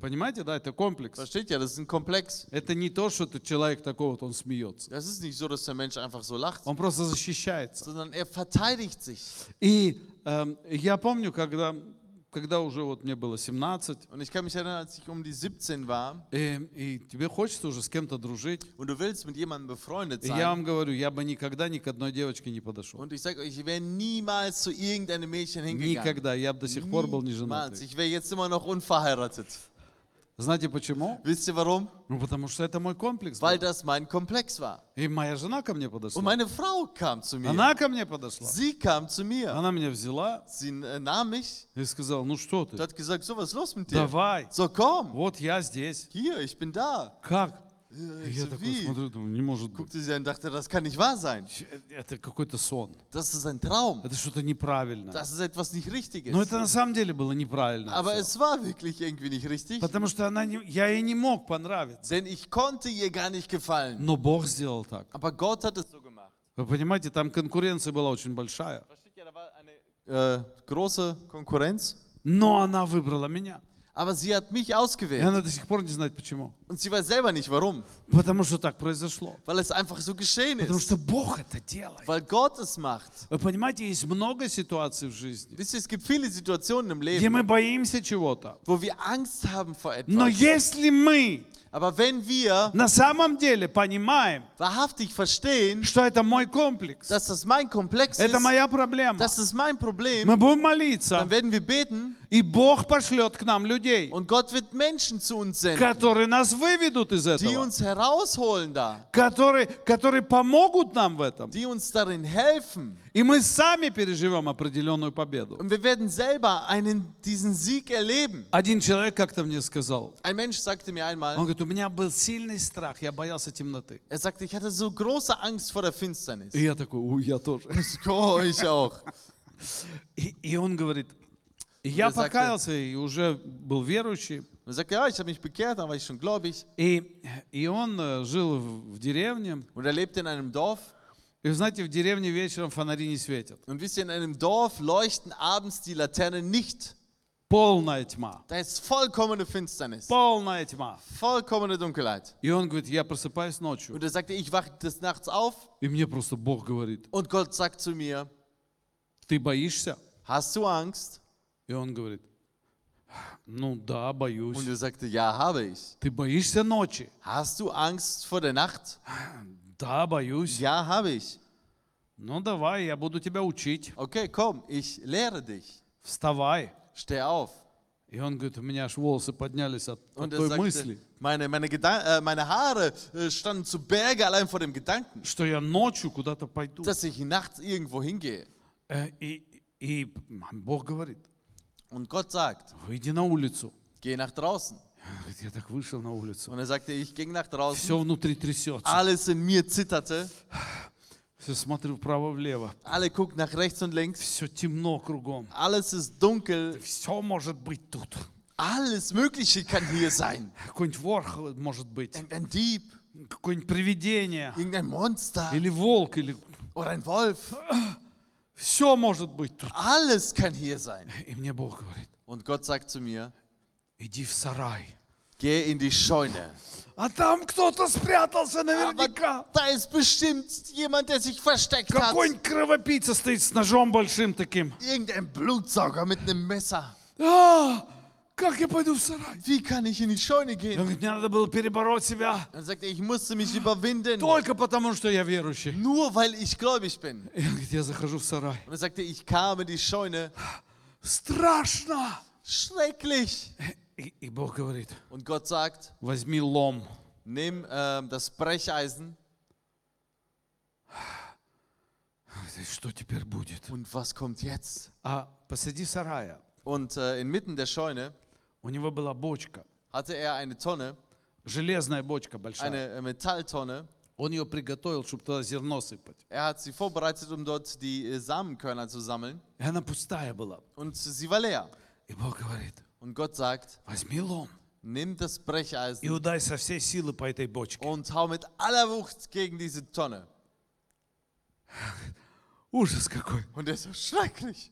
Понимаете, да, это комплекс. Versteht ihr? Das ist ein Komplex. Это не то, что ты человек такой вот, он смеется. Das ist nicht so, dass der Mensch einfach so lacht, Он просто защищается. sondern er verteidigt sich. И эм, я помню, когда, когда уже вот мне было 17, Und ich kann mich erinnern, als ich um die 17 war, э, и тебе хочется уже с кем-то дружить. und du willst mit jemandem befreundet И я sein. вам говорю, я бы никогда ни к одной девочке не подошел. Und ich sage euch, ich wäre niemals zu irgendeinem Mädchen hingegangen. Никогда. Я бы до сих пор был не Niemals. женатый. Ich wäre jetzt immer noch unverheiratet. Знаете почему? Wisst ihr warum? Ну, потому что это мой комплекс. был. Weil das mein Komplex war. И моя жена ко мне Und подошла. meine Frau kam zu mir. Она ко мне подошла. Sie kam zu mir. Она меня взяла Sie äh, nahm mich и сказала, ну что und ты, hat gesagt, so was ist los mit dir? давай, So komm, вот я здесь. hier, ich bin da. Как? Äh, И ich я so, такой wie? смотрю, думаю, не может быть. Guckte sie an und dachte, das kann nicht wahr sein. Это какой-то сон. Das ist ein Traum. Это что-то неправильно. Das ist etwas nicht Richtiges. Но это на самом деле было неправильно. Aber всё. es war wirklich irgendwie nicht richtig. Потому что она не- я ей не мог понравиться. Denn ich konnte ihr gar nicht gefallen. Но Бог сделал так. Aber Gott hat es so gemacht. Вы понимаете, там конкуренция была очень большая. Äh, große Konkurrenz. Но она выбрала меня. Aber sie hat mich И ausgewählt. она до сих пор не знает почему. Und sie weiß selber nicht warum. Потому что так произошло. Weil es einfach so geschehen Потому ist. что Бог это делает. Weil Gott es macht. Вы понимаете, есть много ситуаций в жизни, Wisst ihr, es gibt viele Situationen im где Leben, мы боимся чего-то. wo wir Angst haben vor Но etwas. если мы Aber wenn wir на самом деле понимаем, wahrhaftig verstehen, что это мой комплекс, dass das mein Komplex ist, это моя проблема, das ist mein Problem, мы будем dann молиться, werden wir beten и Бог пошлет к нам людей, und Gott wird Menschen zu uns senden, которые нас выведут из die этого, uns herausholen da, которые, которые помогут нам в этом. die uns darin helfen. И мы сами переживем определенную победу. Und wir werden selber einen, diesen Sieg erleben. Один человек как-то мне сказал, Ein Mensch sagte mir он einmal, говорит, у меня был сильный страх, я боялся темноты. er sagte, ich hatte so große Angst vor der Finsternis. И я такой, ой, я тоже. Oh, ich auch. И, и он говорит, я Вы закры- покаялся и уже был верующий. Er sagte, ja, ich habe mich bekehrt, dann war ich schon gläubig. И, и он э, жил в, в dеревне. Und er lebte in einem Dorf. И вы знаете, в деревне вечером фонари не светят. Und wisst ihr, in einem Dorf leuchten abends die Laternen nicht. Полная тьма. Da ist vollkommene Finsternis, Полная tьма. vollkommene Dunkelheit. И он говорит, я просыпаюсь ночью. Und er sagte, ich wache des Nachts auf И мне просто Бог говорит, und Gott sagt zu mir, ты боишься? hast du Angst? И он говорит, ну да, боюсь. Und er sagte, ja, habe ich. Ты боишься ночи? Hast du Angst vor der Nacht? Да, боюсь. Ja, habe ich. Ну давай, я буду тебя учить. Okay, komm, ich lehre dich. Вставай. Steh auf. И он говорит, у меня аж волосы поднялись от, от Und er той sagte, мысли, meine, meine, Gedan äh, meine Haare äh, standen zu Berge allein vor dem Gedanken, что я nocью куда-то пойду. dass ich nachts irgendwo hingehe. Э, И, и Бог говорит, Und Gott sagt, выйди на улицу. geh nach draußen. Он говорит, Я так вышел на улицу. Und er sagte, ich ging nach draußen. Все внутри трясется. Alles in mir zitterte. Все смотрю вправо-влево. Alle gucken nach rechts und links. Все темно кругом. Alles ist dunkel. Все может быть тут. Alles Mögliche kann hier sein. Какой-нибудь ворх может быть. Irgendein Dieb, Какое-нибудь привидение. irgendein Monster Или волк. Или... oder ein Wolf. Все может быть тут. Alles kann hier sein. И мне Бог говорит, Und Gott sagt zu mir, иди в сарай. geh in die Scheune. А там кто-то спрятался Aber наверняка. da ist bestimmt jemand, der sich versteckt hat. Какой-нибудь кровопийца стоит с ножом большим таким. Irgendein Blutsauger mit einem Messer. «А, как я пойду в сарай? Wie kann ich in die Scheune Он gehen? говорит, мне надо было перебороть себя. Dann sagt er, ich musste mich überwinden. Только потому, что я верующий. Nur weil ich gläubig bin. И он говорит, я захожу в сарай. Und er sagte, ich kam in die Scheune. Страшно. Schrecklich. И, и Бог говорит, Und Gott sagt, возьми лом. nimm ähm, das Brecheisen. Он говорит, Что теперь будет? Und was kommt jetzt? А посреди сарая Und äh, inmitten der Scheune у него была бочка, hatte er eine Tonne, железная бочка большая. eine äh, Metalltonne. Он ее приготовил, чтобы туда зерно сыпать. Er hat sie vorbereitet, um dort die äh, Samenkörner zu sammeln. И она пустая была. Und sie war leer. И Бог говорит, Und Gott sagt, возьми лом nimm das и Brecheisen удай со всей силы по этой бочке. und hau mit aller Wucht gegen diese Tonne. Ужас какой. Und er ist so schrecklich.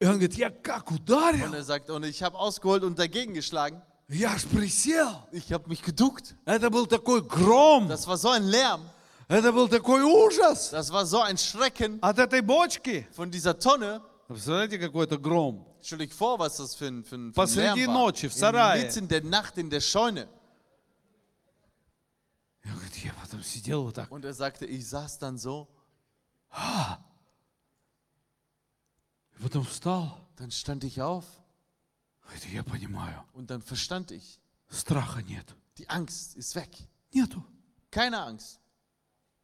И он говорит, я как Und ударил, er sagt, und ich habe ausgeholt und dagegen geschlagen. я аж присел. Ich habe mich geduckt. Это был такой гром, Das war so ein Lärm. это был такой ужас Das war so ein Schrecken от этой бочки. von dieser Tonne. Представляете, какой это гром. Stell dich vor, was das für ein, für ein, für ein Посреди Lärm war. ночи, в сарае. Inmitten der Nacht in der Scheune. И он говорит, я потом сидел вот так. Und er sagte, ich saß dann so, И потом встал. dann stand ich auf Говорит, я понимаю, und dann verstand ich. страха нет. Die Angst ist weg. Нету. Keine Angst.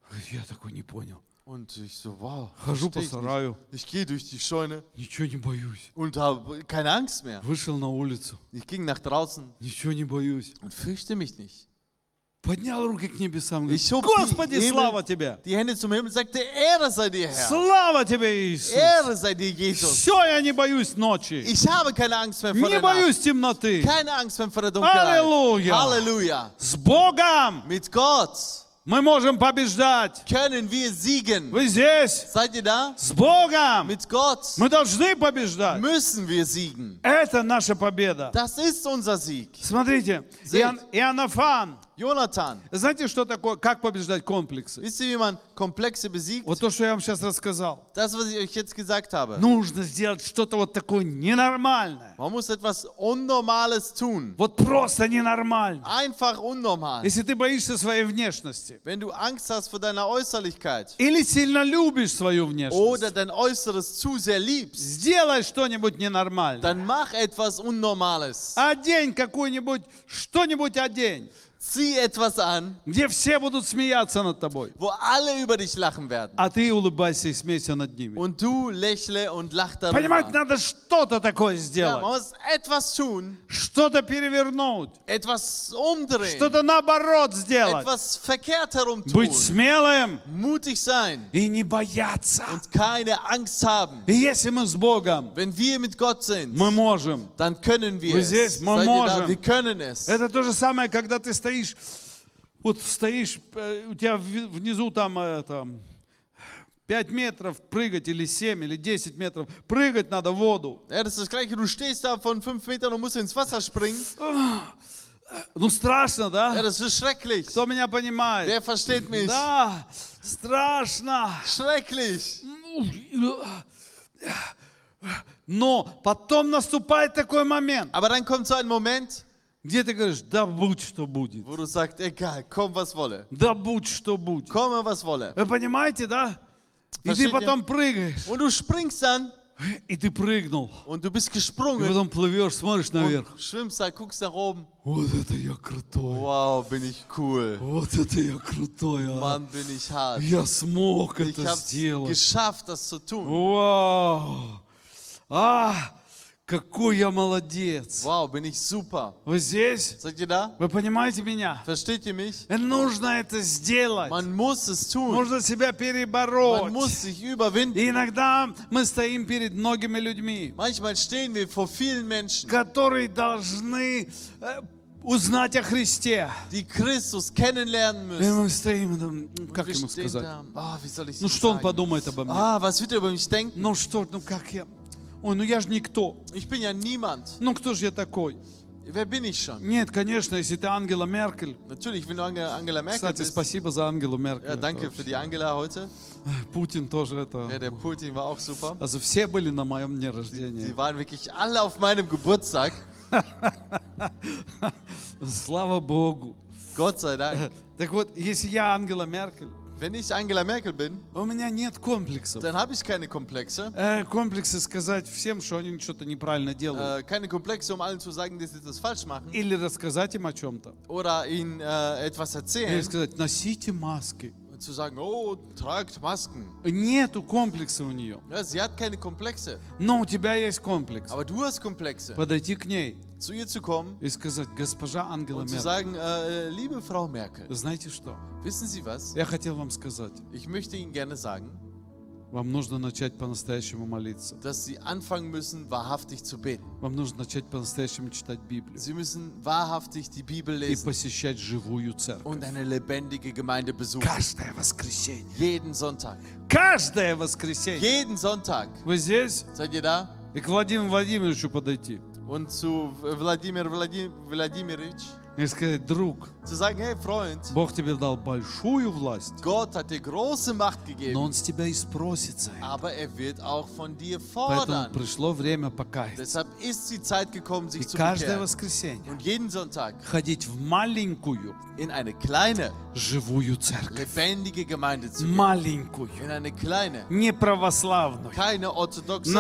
Говорит, я такой не понял. Und ich so, wow. Хожу по versteh ich nicht. сараю, Ich gehe durch die Scheune ничего не боюсь. und habe keine Angst mehr. Вышел на улицу, Ich ging nach draußen ничего не боюсь. und fürchte mich nicht. Поднял руки к небесам. Говорит, Ich hob Господи, die, слава Himmel, тебе! die Hände zum Himmel und sagte, Ehre sei dir, Herr. Слава тебе, Иисус! Ehre sei dir, Jesus. Все, я не боюсь ночи. Ich habe keine Angst mehr vor Не der Nacht. боюсь темноты. Keine Angst mehr vor der Dunkelheit. Halleluja. Halleluja. С Богом Mit Gott мы можем побеждать. können wir siegen. Вы здесь. Seid ihr da? С Богом Mit Gott мы должны побеждать. müssen wir siegen. Это наша победа. Das ist unser Sieg. Смотрите, Зрите. Иоанн, Иоаннафан. Jonathan, Знаете, что такое, как побеждать комплексы? wisst ihr, wie man Komplexe besiegt? Вот то, что я вам сейчас рассказал. Das, was ich euch jetzt gesagt habe. Нужно сделать что-то вот такое ненормальное. Man muss etwas Unnormales tun. Вот просто ненормально. Einfach unnormal. Если ты боишься своей внешности, Wenn du Angst hast vor deiner Äußerlichkeit или сильно любишь свою oder внешность, dein Äußeres zu sehr liebst, сделай что-нибудь ненормальное. dann mach etwas Ah. Unnormales. Одень какую-нибудь, что-нибудь одень, Zieh etwas an, где все будут смеяться над тобой. wo alle über dich lachen werden. А ты улыбайся и смейся над ними. Und du lächle und lach Понимаете, darüber. надо что-то такое Ja, man сделать. muss etwas tun, Что-то перевернуть. etwas umdrehen, Что-то наоборот сделать. etwas verkehrt herum Быть tun. смелым Mutig sein и не бояться. und keine Angst haben. И если мы с Богом, Wenn wir mit Gott sind, мы можем. dann können wir Вы es. здесь, мы Seid ihr можем. da? Wir können es. Это то же самое, когда ты стоишь, вот стоишь, э, у тебя ви- внизу там это, 5 метров прыгать или 7 или 10 метров. Прыгать надо в воду. Ja, das ist das Gleiche. Du stehst da von fünf Metern und musst ins Wasser springen. Ну страшно, Ja, да? das ist schrecklich. Кто меня понимает? Wer versteht mich? Да, страшно. Schrecklich. Но потом наступает такой момент, Aber dann kommt so ein Moment, где ты говоришь, да будь что будет, wo du sagst, egal, komm, was wolle. да будь что будет. Komme, was wolle. Вы понимаете, да? И ты Спасибо. потом прыгаешь, Und du springst dann и ты прыгнул, und du bist и gesprungen потом плывешь, смотришь наверх. und schwimmst da, guckst nach oben. Вот это я крутой, Wow, bin ich cool. вот это я крутой, а. Mann, bin ich hart. Я смог Ich это hab's Hm. сделать. geschafft, das zu tun. Вау! А, Какой я молодец! Wow, bin ich super. Вы здесь? Seid ihr da? Вы понимаете меня? Versteht ihr mich? Э, Нужно это сделать. Man muss es tun. Нужно себя Man перебороть. muss sich überwinden. И иногда мы стоим перед многими людьми, Manchmal stehen wir vor vielen Menschen, которые должны э, узнать о Христе. die Christus kennenlernen И müssen. мы стоим, там, Und как wir ему stehen сказать? da. Ah, wie soll ich Ну ihm что он sagen? подумает обо мне? Ah, was wird er über mich denken? а, Ну что, ну как я? Ой, ну я же никто. Ich bin ja niemand. Ну кто же я такой? Wer bin ich schon? Нет, конечно, если ты Ангела Меркель. Natürlich, wenn du Ange- Angela Merkel Кстати, bist. спасибо за Ангелу Меркель. Ja, danke für die Angela heute. Путин тоже это... Ja, der Putin war auch super. Also все были на моем дне рождения. Die waren wirklich alle auf meinem Geburtstag. Слава Богу. Gott sei Dank. Так вот, если я Ангела Меркель, Wenn ich Angela Merkel bin, у меня нет комплексов. dann habe ich keine Komplexe. Э, Комплексы сказать всем, что они что-то неправильно делают. Äh, keine Komplexe, um allen zu sagen, dass sie das falsch machen. Или рассказать им о чем-то. Oder ihnen äh, etwas Или erzählen. сказать, носите маски. Und zu sagen, oh, tragt Masken. Нету комплекса у нее. Ja, sie hat keine Komplexe. Но у тебя есть комплекс. Aber du hast Komplexe. Подойти к ней Zu ihr zu kommen и сказать, госпожа Ангела und zu Меркель, sagen, äh, liebe Frau Merkel, знаете что? wissen Sie was? Я хотел вам сказать, Ich möchte Ihnen gerne sagen, вам нужно начать по-настоящему молиться. dass Sie anfangen müssen, wahrhaftig zu beten. Вам нужно начать по-настоящему читать Библию Sie müssen wahrhaftig die Bibel и lesen посещать живую церковь. und eine lebendige Gemeinde besuchen. Каждое воскресенье. Jeden Sonntag. Каждое воскресенье. Jeden Sonntag. Вы здесь? Seid ihr da? И к Владимиру Владимировичу подойти Und zu Wladimir Wladi- Wladimirovich и сказать, друг, zu sagen, hey Freund, Бог тебе дал большую власть, Gott hat dir große Macht gegeben, но Он с тебя и спросится. aber er wird auch von dir Поэтому fordern. пришло время покаяться. Deshalb ist die Zeit gekommen, И sich zu каждое bekehren. воскресенье Und jeden Sonntag ходить в маленькую in eine kleine, живую церковь. lebendige Gemeinde zu gehen. Маленькую, In eine kleine, не православную, keine orthodoxe,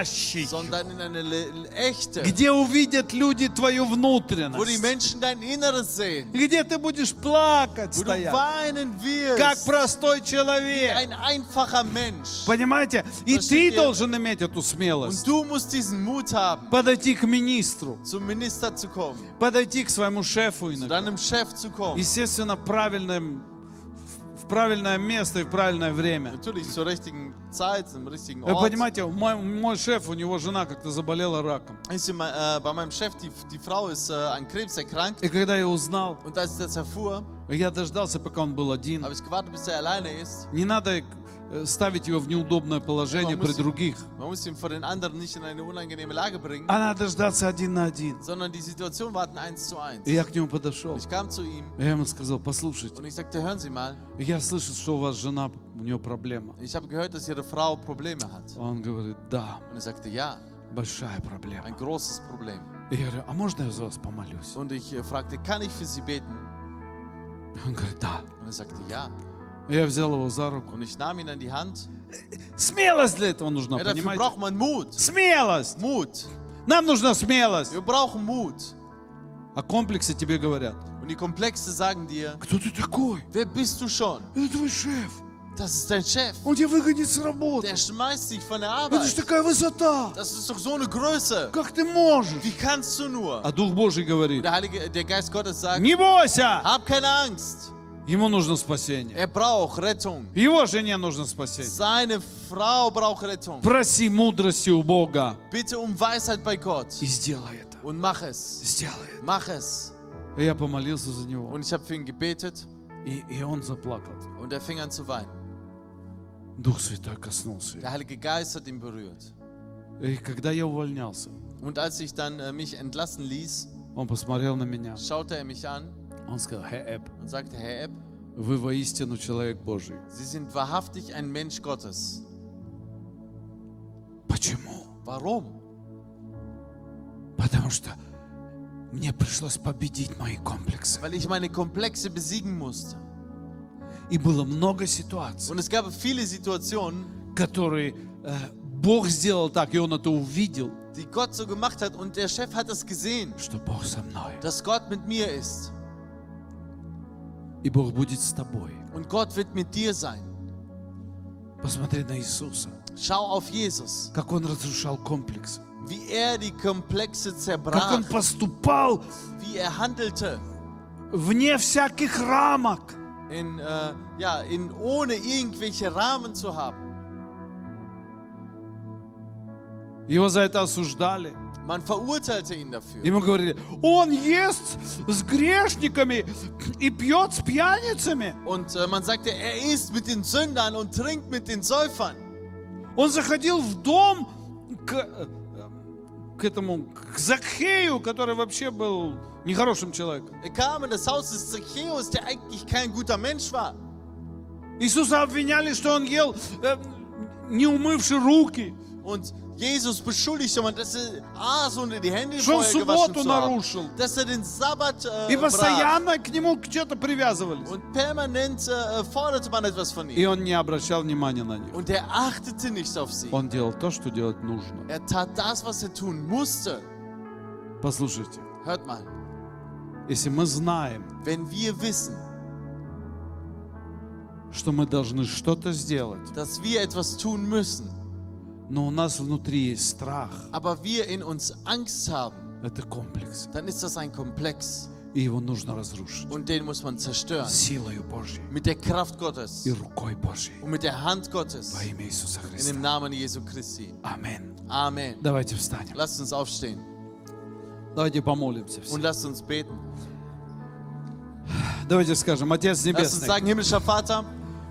настоящую, sondern in eine le- le- echte, где увидят люди твою wo die внутренность, Menschen dein Inneres sehen, где ты будешь плакать wo du стоять, weinen как wirst, простой wie человек. ein einfacher Mensch. Понимаете? И ты Слушайте, должен иметь эту Und смелость. du musst diesen Mut haben, Подойти к министру, zum Minister zu kommen. подойти к своему шефу zu иногда. deinem Chef zu kommen. Естественно, правильным, в правильное место и в правильное время. Natürlich zur richtigen Zeit, zum richtigen Вы Ort. понимаете, мой, мой шеф, у него жена как-то заболела раком. Ist hier mein, äh, bei meinem Chef, die, die Frau ist äh, an Krebs erkrankt. И когда я узнал, Und als ich das erfuhr, я dождался, пока он был один. habe ich gewartet, bis er alleine ist. Не надо э, ставить его в неудобное положение Мама, при мы с- других. Man muss ihn vor den anderen nicht in eine unangenehme Lage bringen, А надо ждаться один на один. sondern die Situation warten eins zu eins. И я к нему подошел. Ich kam zu ihm Я ему сказал, послушайте, und ich sagte, hören Sie mal, я слышал, что у вас жена, у нее проблема. ich habe gehört, dass Ihre Frau Probleme hat. Он говорит, да, Und er sagte, ja, большая проблема. ein großes Problem. И я говорю, а можно я за вас помолюсь? Und ich äh, fragte, kann ich für Sie beten? Он говорит, да. Und er sagte, ja. Я взял его за руку. Und ich nahm ihn an die Hand. Смелость для этого нужна, Ja, dafür braucht понимаете? man Mut. Смелость! Mut. Нам нужна смелость! Wir brauchen Mut. А комплексы тебе говорят, Und die Komplexe sagen dir, кто ты такой? wer bist du schon? Это твой шеф. Das ist dein Chef. Он тебя выгонит с работы. Der schmeißt dich von der Это ж Arbeit. такая высота. Das ist doch so eine Größe. Как ты можешь? Wie kannst du nur? А Дух Божий говорит, Der Heilige, der Geist Gottes sagt, не бойся, hab keine Angst. ему нужно спасение. Er braucht Rettung. Его жене нужно спасение. Seine Frau braucht Rettung. Проси мудрости у Бога Bitte um Weisheit bei Gott. и сделай это. Und mach es. Сделай это. Mach es. И я помолился за него, Und ich habe für ihn gebetet и, и он заплакал. und er fing an zu weinen. Дух Святой коснулся. его. Der Heilige Geist hat ihn berührt. И когда я увольнялся, Und als ich dann äh, mich entlassen ließ, он посмотрел на меня. schaute er mich an Он сказал, «Хе, Эб, und sagte, Herr Epp, вы воистину человек Божий. Sie sind wahrhaftig ein Mensch Gottes. Почему? Warum? Потому что мне пришлось победить мои комплексы. Weil ich meine Komplexe besiegen musste. И было много ситуаций, Und es gab viele Situationen, которые э, Бог сделал так, и он это увидел, die Gott so gemacht hat und der Chef hat es gesehen, что Бог со мной. dass Gott mit mir ist И Бог будет с тобой. und Gott wird mit dir sein. Посмотри на Иисуса, Schau auf Jesus, как он разрушал комплексы. wie er die Komplexe как он zerbrach, поступал wie er handelte, вне всяких рамок. in, äh, ja, in, ohne irgendwelche Rahmen zu haben. Его за это осуждали. Man verurteilte ihn dafür. Ему говорили, он ест с грешниками и pьет с пьяницами. Und äh, man sagte, er isst mit den Sündern und trinkt mit den Säufern. Он заходил в дом к, э, к этому, к Закхею, который вообще был нехорошим человеком. Er kam in das Haus des Zacchaeus, der eigentlich kein guter Mensch war. Иисуса обвиняли, что он ел, э, не умывши руки, Und Jesus beschuldigt jemand, dass er aß und die Hände что он vorher gewaschen субботу zu haben, нарушил. dass er den Sabbat äh, И brach. постоянно к нему что-то привязывались. Und permanent äh, forderte man etwas von И ihm. он не обращал внимания на них. Und er achtete nicht auf sie. Он делал то, что делать нужно. Er tat das, was er tun musste. Послушайте, Hört mal, если мы знаем, wenn wir wissen, что мы должны что-то сделать, dass wir etwas tun müssen, Но у нас внутри есть страх. aber wir in uns Angst haben, Это комплекс. dann ist das ein Komplex И его нужно разрушить. und den muss man zerstören. Силою Божьей Mit der Kraft и Gottes рукой Божьей. und mit der Hand Gottes. Во имя Иисуса In dem Христа. Namen Jesu Christi. Аминь. Amen. Давайте встанем. Lasst uns aufstehen Давайте помолимся und все. lasst uns beten. Давайте скажем, Отец Lasst uns Небесный, sagen, himmlischer Vater,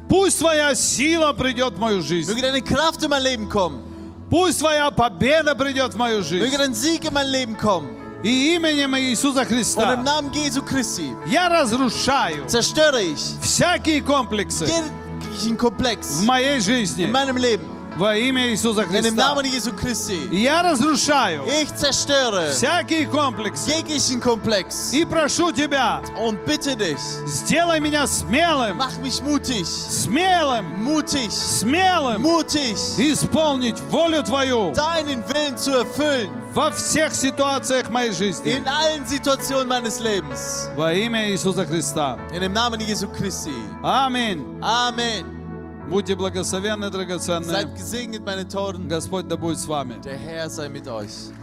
пусть Твоя сила придет в мою жизнь. möge deine Kraft in mein Leben kommen. Пусть Твоя победа придет в мою Möge жизнь. dein Sieg in mein Leben kommen. И именем Иисуса Und im Христа Namen Jesu Christi я разрушаю zerstöre ich всякие комплексы jeglichen в Komplex моей in жизни meinem Leben. во имя Иисуса In dem Христа. Namen Jesu Christi. Я разрушаю Ich zerstöre всякие комплексы jeglichen Komplex И прошу тебя, und bitte dich, сделай меня смелым, mach mich mutig, смелым, mutig, смелым mutig, исполнить волю Твою deinen Willen zu erfüllen во всех ситуациях моей жизни. in allen Situationen meines Lebens. Во имя Иисуса Христа. In dem Namen Jesu Christi. Аминь. Amen. Будьте благословенны, Seid драгоценные. gesegnet, meine Teuren. Господь да будет с вами. Der Herr sei mit euch.